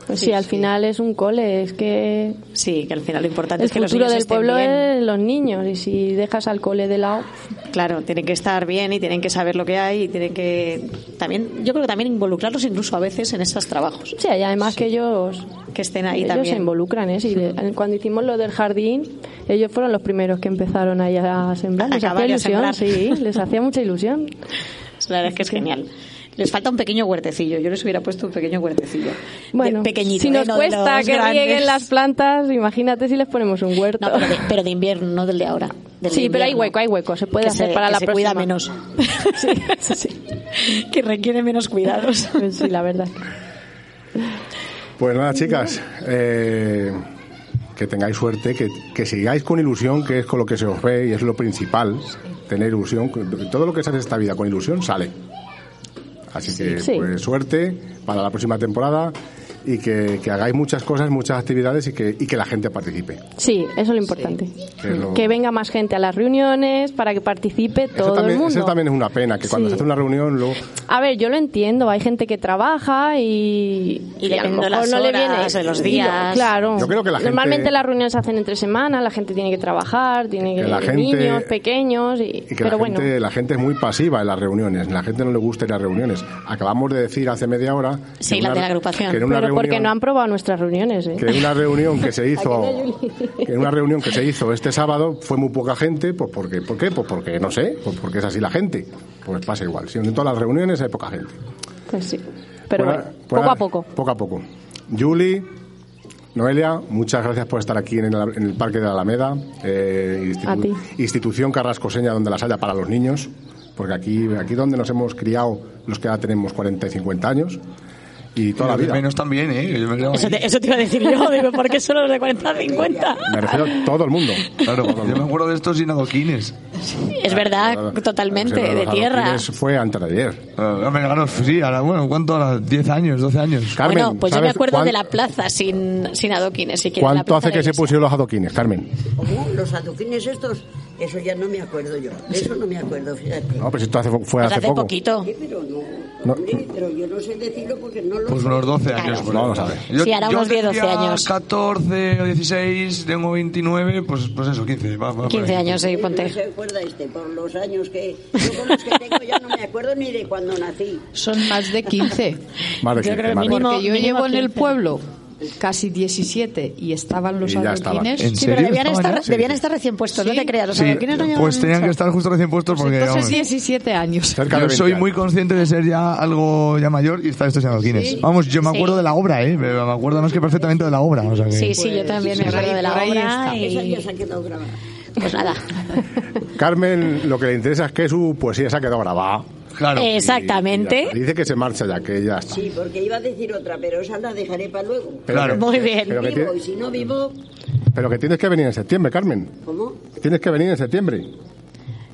Pues sí, al final es un cole, es que.
Sí, que al final lo importante
el
es que los
futuro
niños
del
estén
pueblo
bien.
es los niños, y si dejas al cole de lado.
Claro, tienen que estar bien y tienen que saber lo que hay y tienen que también, yo creo que también involucrarlos incluso a veces en esos trabajos.
Sí, y además que ellos
que estén ahí
ellos
también.
se involucran, ¿eh? Si le- cuando hicimos lo del jardín, ellos fueron los primeros que empezaron ahí a sembrar. Les
Acabar
hacía
de
ilusión,
sembrar.
sí, les hacía mucha ilusión.
La verdad es que es genial. Les falta un pequeño huertecillo. Yo les hubiera puesto un pequeño huertecillo.
Bueno,
De- pequeñito,
si
¿eh?
nos
No de
cuesta
los
que
grandes.
rieguen las plantas, imagínate si les ponemos un huerto.
No, pero de, pero de invierno, no del de ahora. del
sí,
de
pero hay
invierno.
hueco, hay hueco, se puede
Que
hacer
se-
para
que
la
se
próxima.
cuida menos. Que requiere menos cuidados.
Pues sí, la verdad.
Pues nada, chicas, eh, que tengáis suerte, que, que sigáis con ilusión, que es con lo que se os ve y es lo principal, tener ilusión. Todo lo que se hace en esta vida con ilusión sale. Así que
Sí.
pues, suerte para la próxima temporada y que, que hagáis muchas cosas, muchas actividades y que, y que la gente participe.
Sí, eso es lo importante.
Que es lo-
Que venga más gente a las reuniones para que participe
eso,
todo el
también,
mundo.
eso también es una pena, que cuando
Sí.
se hace una reunión luego...
A ver, yo lo entiendo, hay gente que trabaja y,
Y le
a lo
viendo
mejor
las
no le
horas,
viene
de los
Y no,
días.
claro.
Yo creo que la gente-
Normalmente las reuniones se hacen entre semana, la gente tiene que trabajar, tiene
Que
que,
la gente-
niños pequeños y,
Y que
pero
la,
bueno.
gente, la gente es muy pasiva en las reuniones, la gente no le gusta ir a reuniones. Acabamos de decir hace media hora... que
Sí,
en
la
una-
de la agrupación.
que en
Pero
una
porque
reunión-
no han probado nuestras reuniones. ¿eh?
que en una reunión que se hizo
Aquí no hay un-
que en una reunión que se hizo este sábado fue muy poca gente pues porque por qué pues porque no sé pues porque es así la gente pues pasa igual si en todas las reuniones hay poca gente
Pues sí. Pero
Buena-
bueno,
buena-
poco a poco.
poco a poco Julie Noelia, muchas gracias por estar aquí en el, en el Parque de la Alameda, eh, institu-
A ti.
institución carrascoseña donde las haya para los niños, porque aquí aquí donde nos hemos criado los que ya tenemos 40 y 50 años y toda la
Los de
vida.
menos
también, ¿eh?
Eso te, eso te iba a decir yo, digo, ¿por qué solo los de 40 a 50?
Me refiero a todo el mundo.
Claro, yo me acuerdo de estos sin adoquines.
Es verdad, totalmente, de tierra.
Fue antes de ayer.
Eh, sí, ahora, bueno, ¿cuánto? Ahora, 10 años, 12 años.
bueno, pues yo me acuerdo de la plaza sin, sin adoquines. Si quieres, la
¿Cuánto
plaza de
hace que se
Ibiza.
pusieron los adoquines, Carmen?
¿Cómo? Oh, ¿Los adoquines estos? Eso ya no me acuerdo yo. De eso no me acuerdo, fíjate.
No, pero esto hace- fue
Pues
hace, poco.
Sí, pero no.
No.
Sí, pero yo no sé decirlo porque no lo
Pues
sé.
unos 12 años. por ahí.
Vamos a ver.
Sí, ahora unos 10, 12
tenía
años.
14 o 16, tengo 29, pues, pues eso, 15. va, va, por ahí.
15 años, sí, pues,
No
ponte.
se acuerda este, por los años que... Yo con los que tengo ya no me acuerdo ni de cuando nací.
Son más de 15.
Más de 15, más de
Porque
15.
yo
mínimo
llevo en el
15.
pueblo casi 17 y estaban los
Y ya estaban.
adoquines.
¿En Sí, pero serio
Debían estar,
Sí.
debían estar recién puestos, no te creas. Los
Sí,
adoquines no llevan
pues tenían que estar justo recién
Pues
puestos porque
Entonces
vamos,
17 pues años.
yo soy muy consciente de ser ya algo ya mayor y estar estos sin adoquines.
Sí.
Vamos, yo me
Sí.
acuerdo de la obra, ¿eh? Me me acuerdo más que perfectamente de la obra. o sea que-
Sí, sí, yo también me
Por
acuerdo
pues, ahí-
de la
por ahí
obra.
está. Esa ya se
Y...
ha quedado grabada.
Pues nada.
Carmen, lo que le interesa es que su poesía se ha quedado grabada. Claro.
Exactamente.
dice que se marcha ya, que ya está.
Sí, porque iba a decir otra, pero esa la dejaré para luego.
Pero Claro. que- Muy bien.
Vivo,
pero que tiene-
y si no vivo,
Pero que tienes que venir en septiembre, Carmen.
¿cómo?
Tienes que venir en septiembre.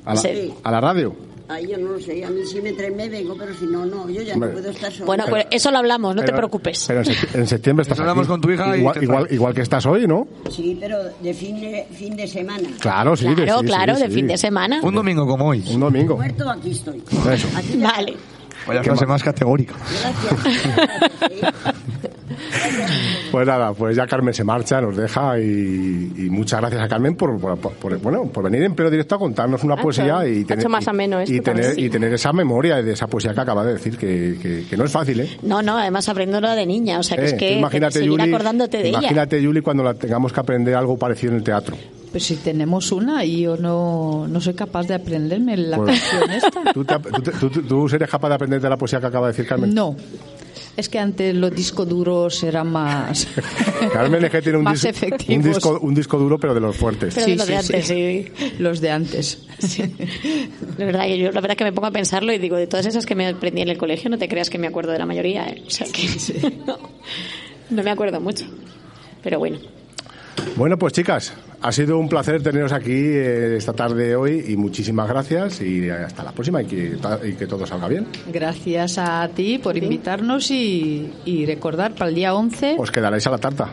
A la,
Sí.
a la radio.
Ahí yo no lo sé. A mí si me traen me vengo, pero si no, no. Yo ya
Hombre.
no puedo estar sola.
Bueno, pues eso lo hablamos, no te
Pero-
preocupes.
Pero en, sep- en septiembre estás
Pues hablamos
aquí.
con tu hija y
igual,
te traes.
igual, igual que estás hoy, ¿no?
Sí, pero de fin de, fin de semana.
Claro, sí.
Claro,
sí,
claro,
sí,
de
sí.
fin de semana.
Un domingo como hoy.
Un domingo.
Muerto, aquí estoy.
Eso.
Aquí-
Vale.
Vaya frase más categórica.
Pues nada, pues ya Carmen se marcha, nos deja y, y muchas gracias a Carmen por, por- por- bueno, por venir en pleno directo a contarnos una
Ah,
Ha
poesía
hecho-
y
ha
tener,
hecho más
y-
ameno esto
y, tener,
también, sí.
y tener esa memoria de esa poesía que acaba de decir, que, que- que no es fácil, ¿eh?
No, no, además aprendiéndola de niña, o sea que
Eh,
es
tú
que
imagínate,
seguir
Yuli,
acordándote de ella.
imagínate, Yuli, cuando la tengamos que aprender algo parecido en el teatro.
Pues si tenemos una y yo no, no soy capaz de aprenderme la
Pues,
canción esta.
¿tú, te- tú te- tú- tú- tú serías capaz de aprender de la poesía que acaba de decir Carmen?
No. Es que antes los discos duros eran más...
Carmen es que tiene un,
Más
dis- un,
efectivos.
disco, un disco duro, pero de los fuertes.
Pero de los de antes,
Los de antes.
La verdad, que yo, la verdad es que me pongo a pensarlo y digo, de todas esas que me aprendí en el colegio, no te creas que me acuerdo de la mayoría. ¿eh? O sea que no, no me acuerdo mucho. Pero bueno,
Bueno, pues chicas, ha sido un placer teneros aquí eh, esta tarde hoy y muchísimas gracias y hasta la próxima y que, ta- y que todo salga bien.
Gracias a ti por invitarnos y, y recordar para el día 11...
Os quedaréis a la tarta.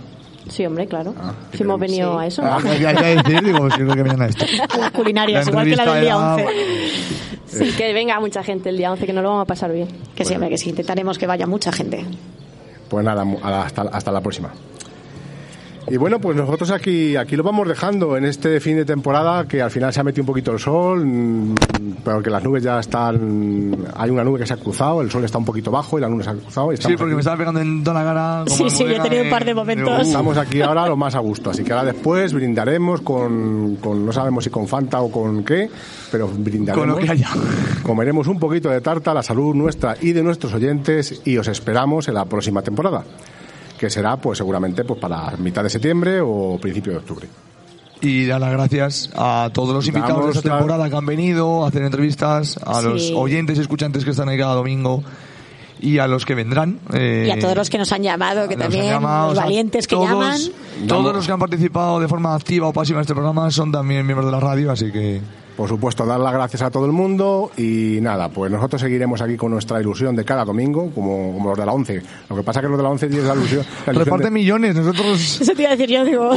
Sí, hombre, claro. si hemos venido a eso.
Ah, ya, ya decir, digo, sí, creo que viene a esto.
a las culinarias,
La
igual que la del día
entrevista
11.
era-
Sí, que venga mucha gente el día 11, que nos lo vamos a pasar bien.
Que siempre que sí, intentaremos que vaya mucha gente.
Pues nada, mu- a la- hasta, hasta la próxima. Y bueno, pues nosotros aquí, aquí lo vamos dejando en este fin de temporada que al final se ha metido un poquito el sol, mm, pero que las nubes ya están... Hay una nube que se ha cruzado, el sol está un poquito bajo y la nube se ha cruzado. y
Sí,
estamos
porque
aquí.
me estaba pegando en toda la cara. como almohadera digo, uh,
Estamos aquí ahora lo más a gusto, así que ahora después brindaremos con, con- no sabemos si con Fanta o con qué, pero brindaremos.
Con lo que haya.
Comeremos un poquito de tarta, a la salud nuestra y de nuestros oyentes y os esperamos en la próxima temporada, que será pues seguramente pues para mitad de septiembre o principio de octubre.
Y dar las gracias a todos los invitados
Damos
de esta
la-
temporada que han venido a hacer entrevistas, a
Sí.
los oyentes y escuchantes que están ahí cada domingo. y a los que vendrán. eh,
Y a todos los que nos han llamado, que
los que
también,
han llamado, o
los
sea,
valientes que
todos-
llaman.
Todos los que han participado de forma activa o pasiva en este programa son también miembros de la radio, así que...
Por supuesto, dar las gracias a todo el mundo y nada, pues nosotros seguiremos aquí con nuestra ilusión de cada domingo, como, como los de la 11. Lo que pasa es que los de la 11 tienen la ilusión. La ilusión
Reparte
de-
millones, nosotros...
Eso te iba a decir yo, digo.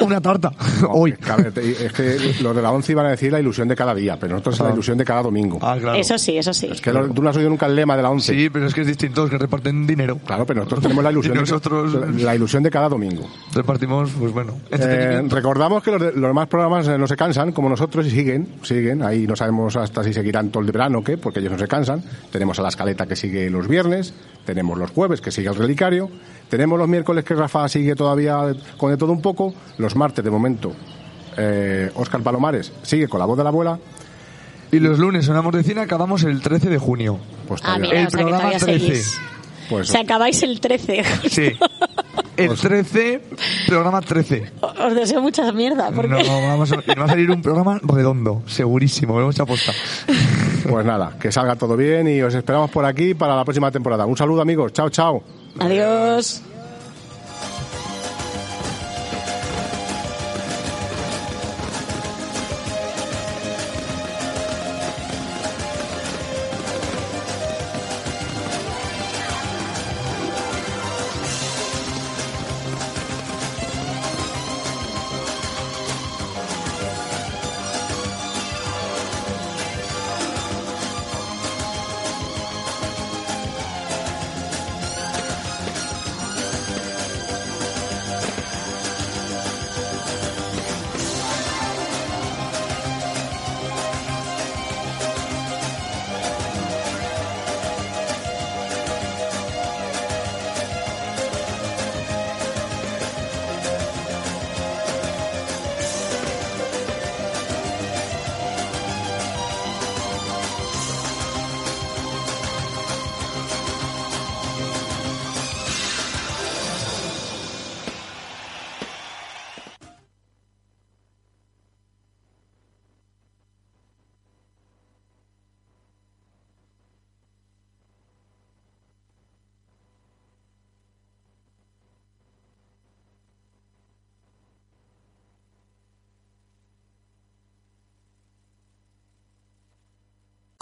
una tarta.
No, que, a ver, te- es que los de la 11 iban a decir la ilusión de cada día, pero nosotros es la ilusión de cada domingo.
Ah, claro.
Eso sí, eso sí.
Es que los- tú no has oído nunca el lema de la 11.
Sí, pero es que es distinto, es que reparten dinero.
Claro, pero nosotros tenemos la ilusión,
Y
de-
nosotros-
la ilusión de cada domingo.
Repartimos, pues bueno.
Eh, recordamos que los, de- los demás programas eh, no se cansan, como nosotros, y siguen, siguen. Ahí no sabemos hasta si seguirán todo el verano o qué, porque ellos no se cansan. Tenemos a la escaleta que sigue los viernes, tenemos los jueves que sigue el relicario, tenemos los miércoles que Rafa sigue todavía con de todo un poco, los martes de momento eh, Oscar Palomares sigue con la voz de la abuela.
Y los lunes sonamos de cine, acabamos el 13 de junio.
Pues
Ah, mira,
el
o sea que
programa
todavía Pues
13.
seguís. Se acabáis el 13.
Sí. El 13, programa 13.
Os deseo mucha mierda. Porque...
No, vamos a, y va a salir un programa redondo, segurísimo, hemos hecho aposta.
Pues nada, que salga todo bien y os esperamos por aquí para la próxima temporada. Un saludo, amigos. Chao, chao.
Adiós.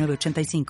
906985.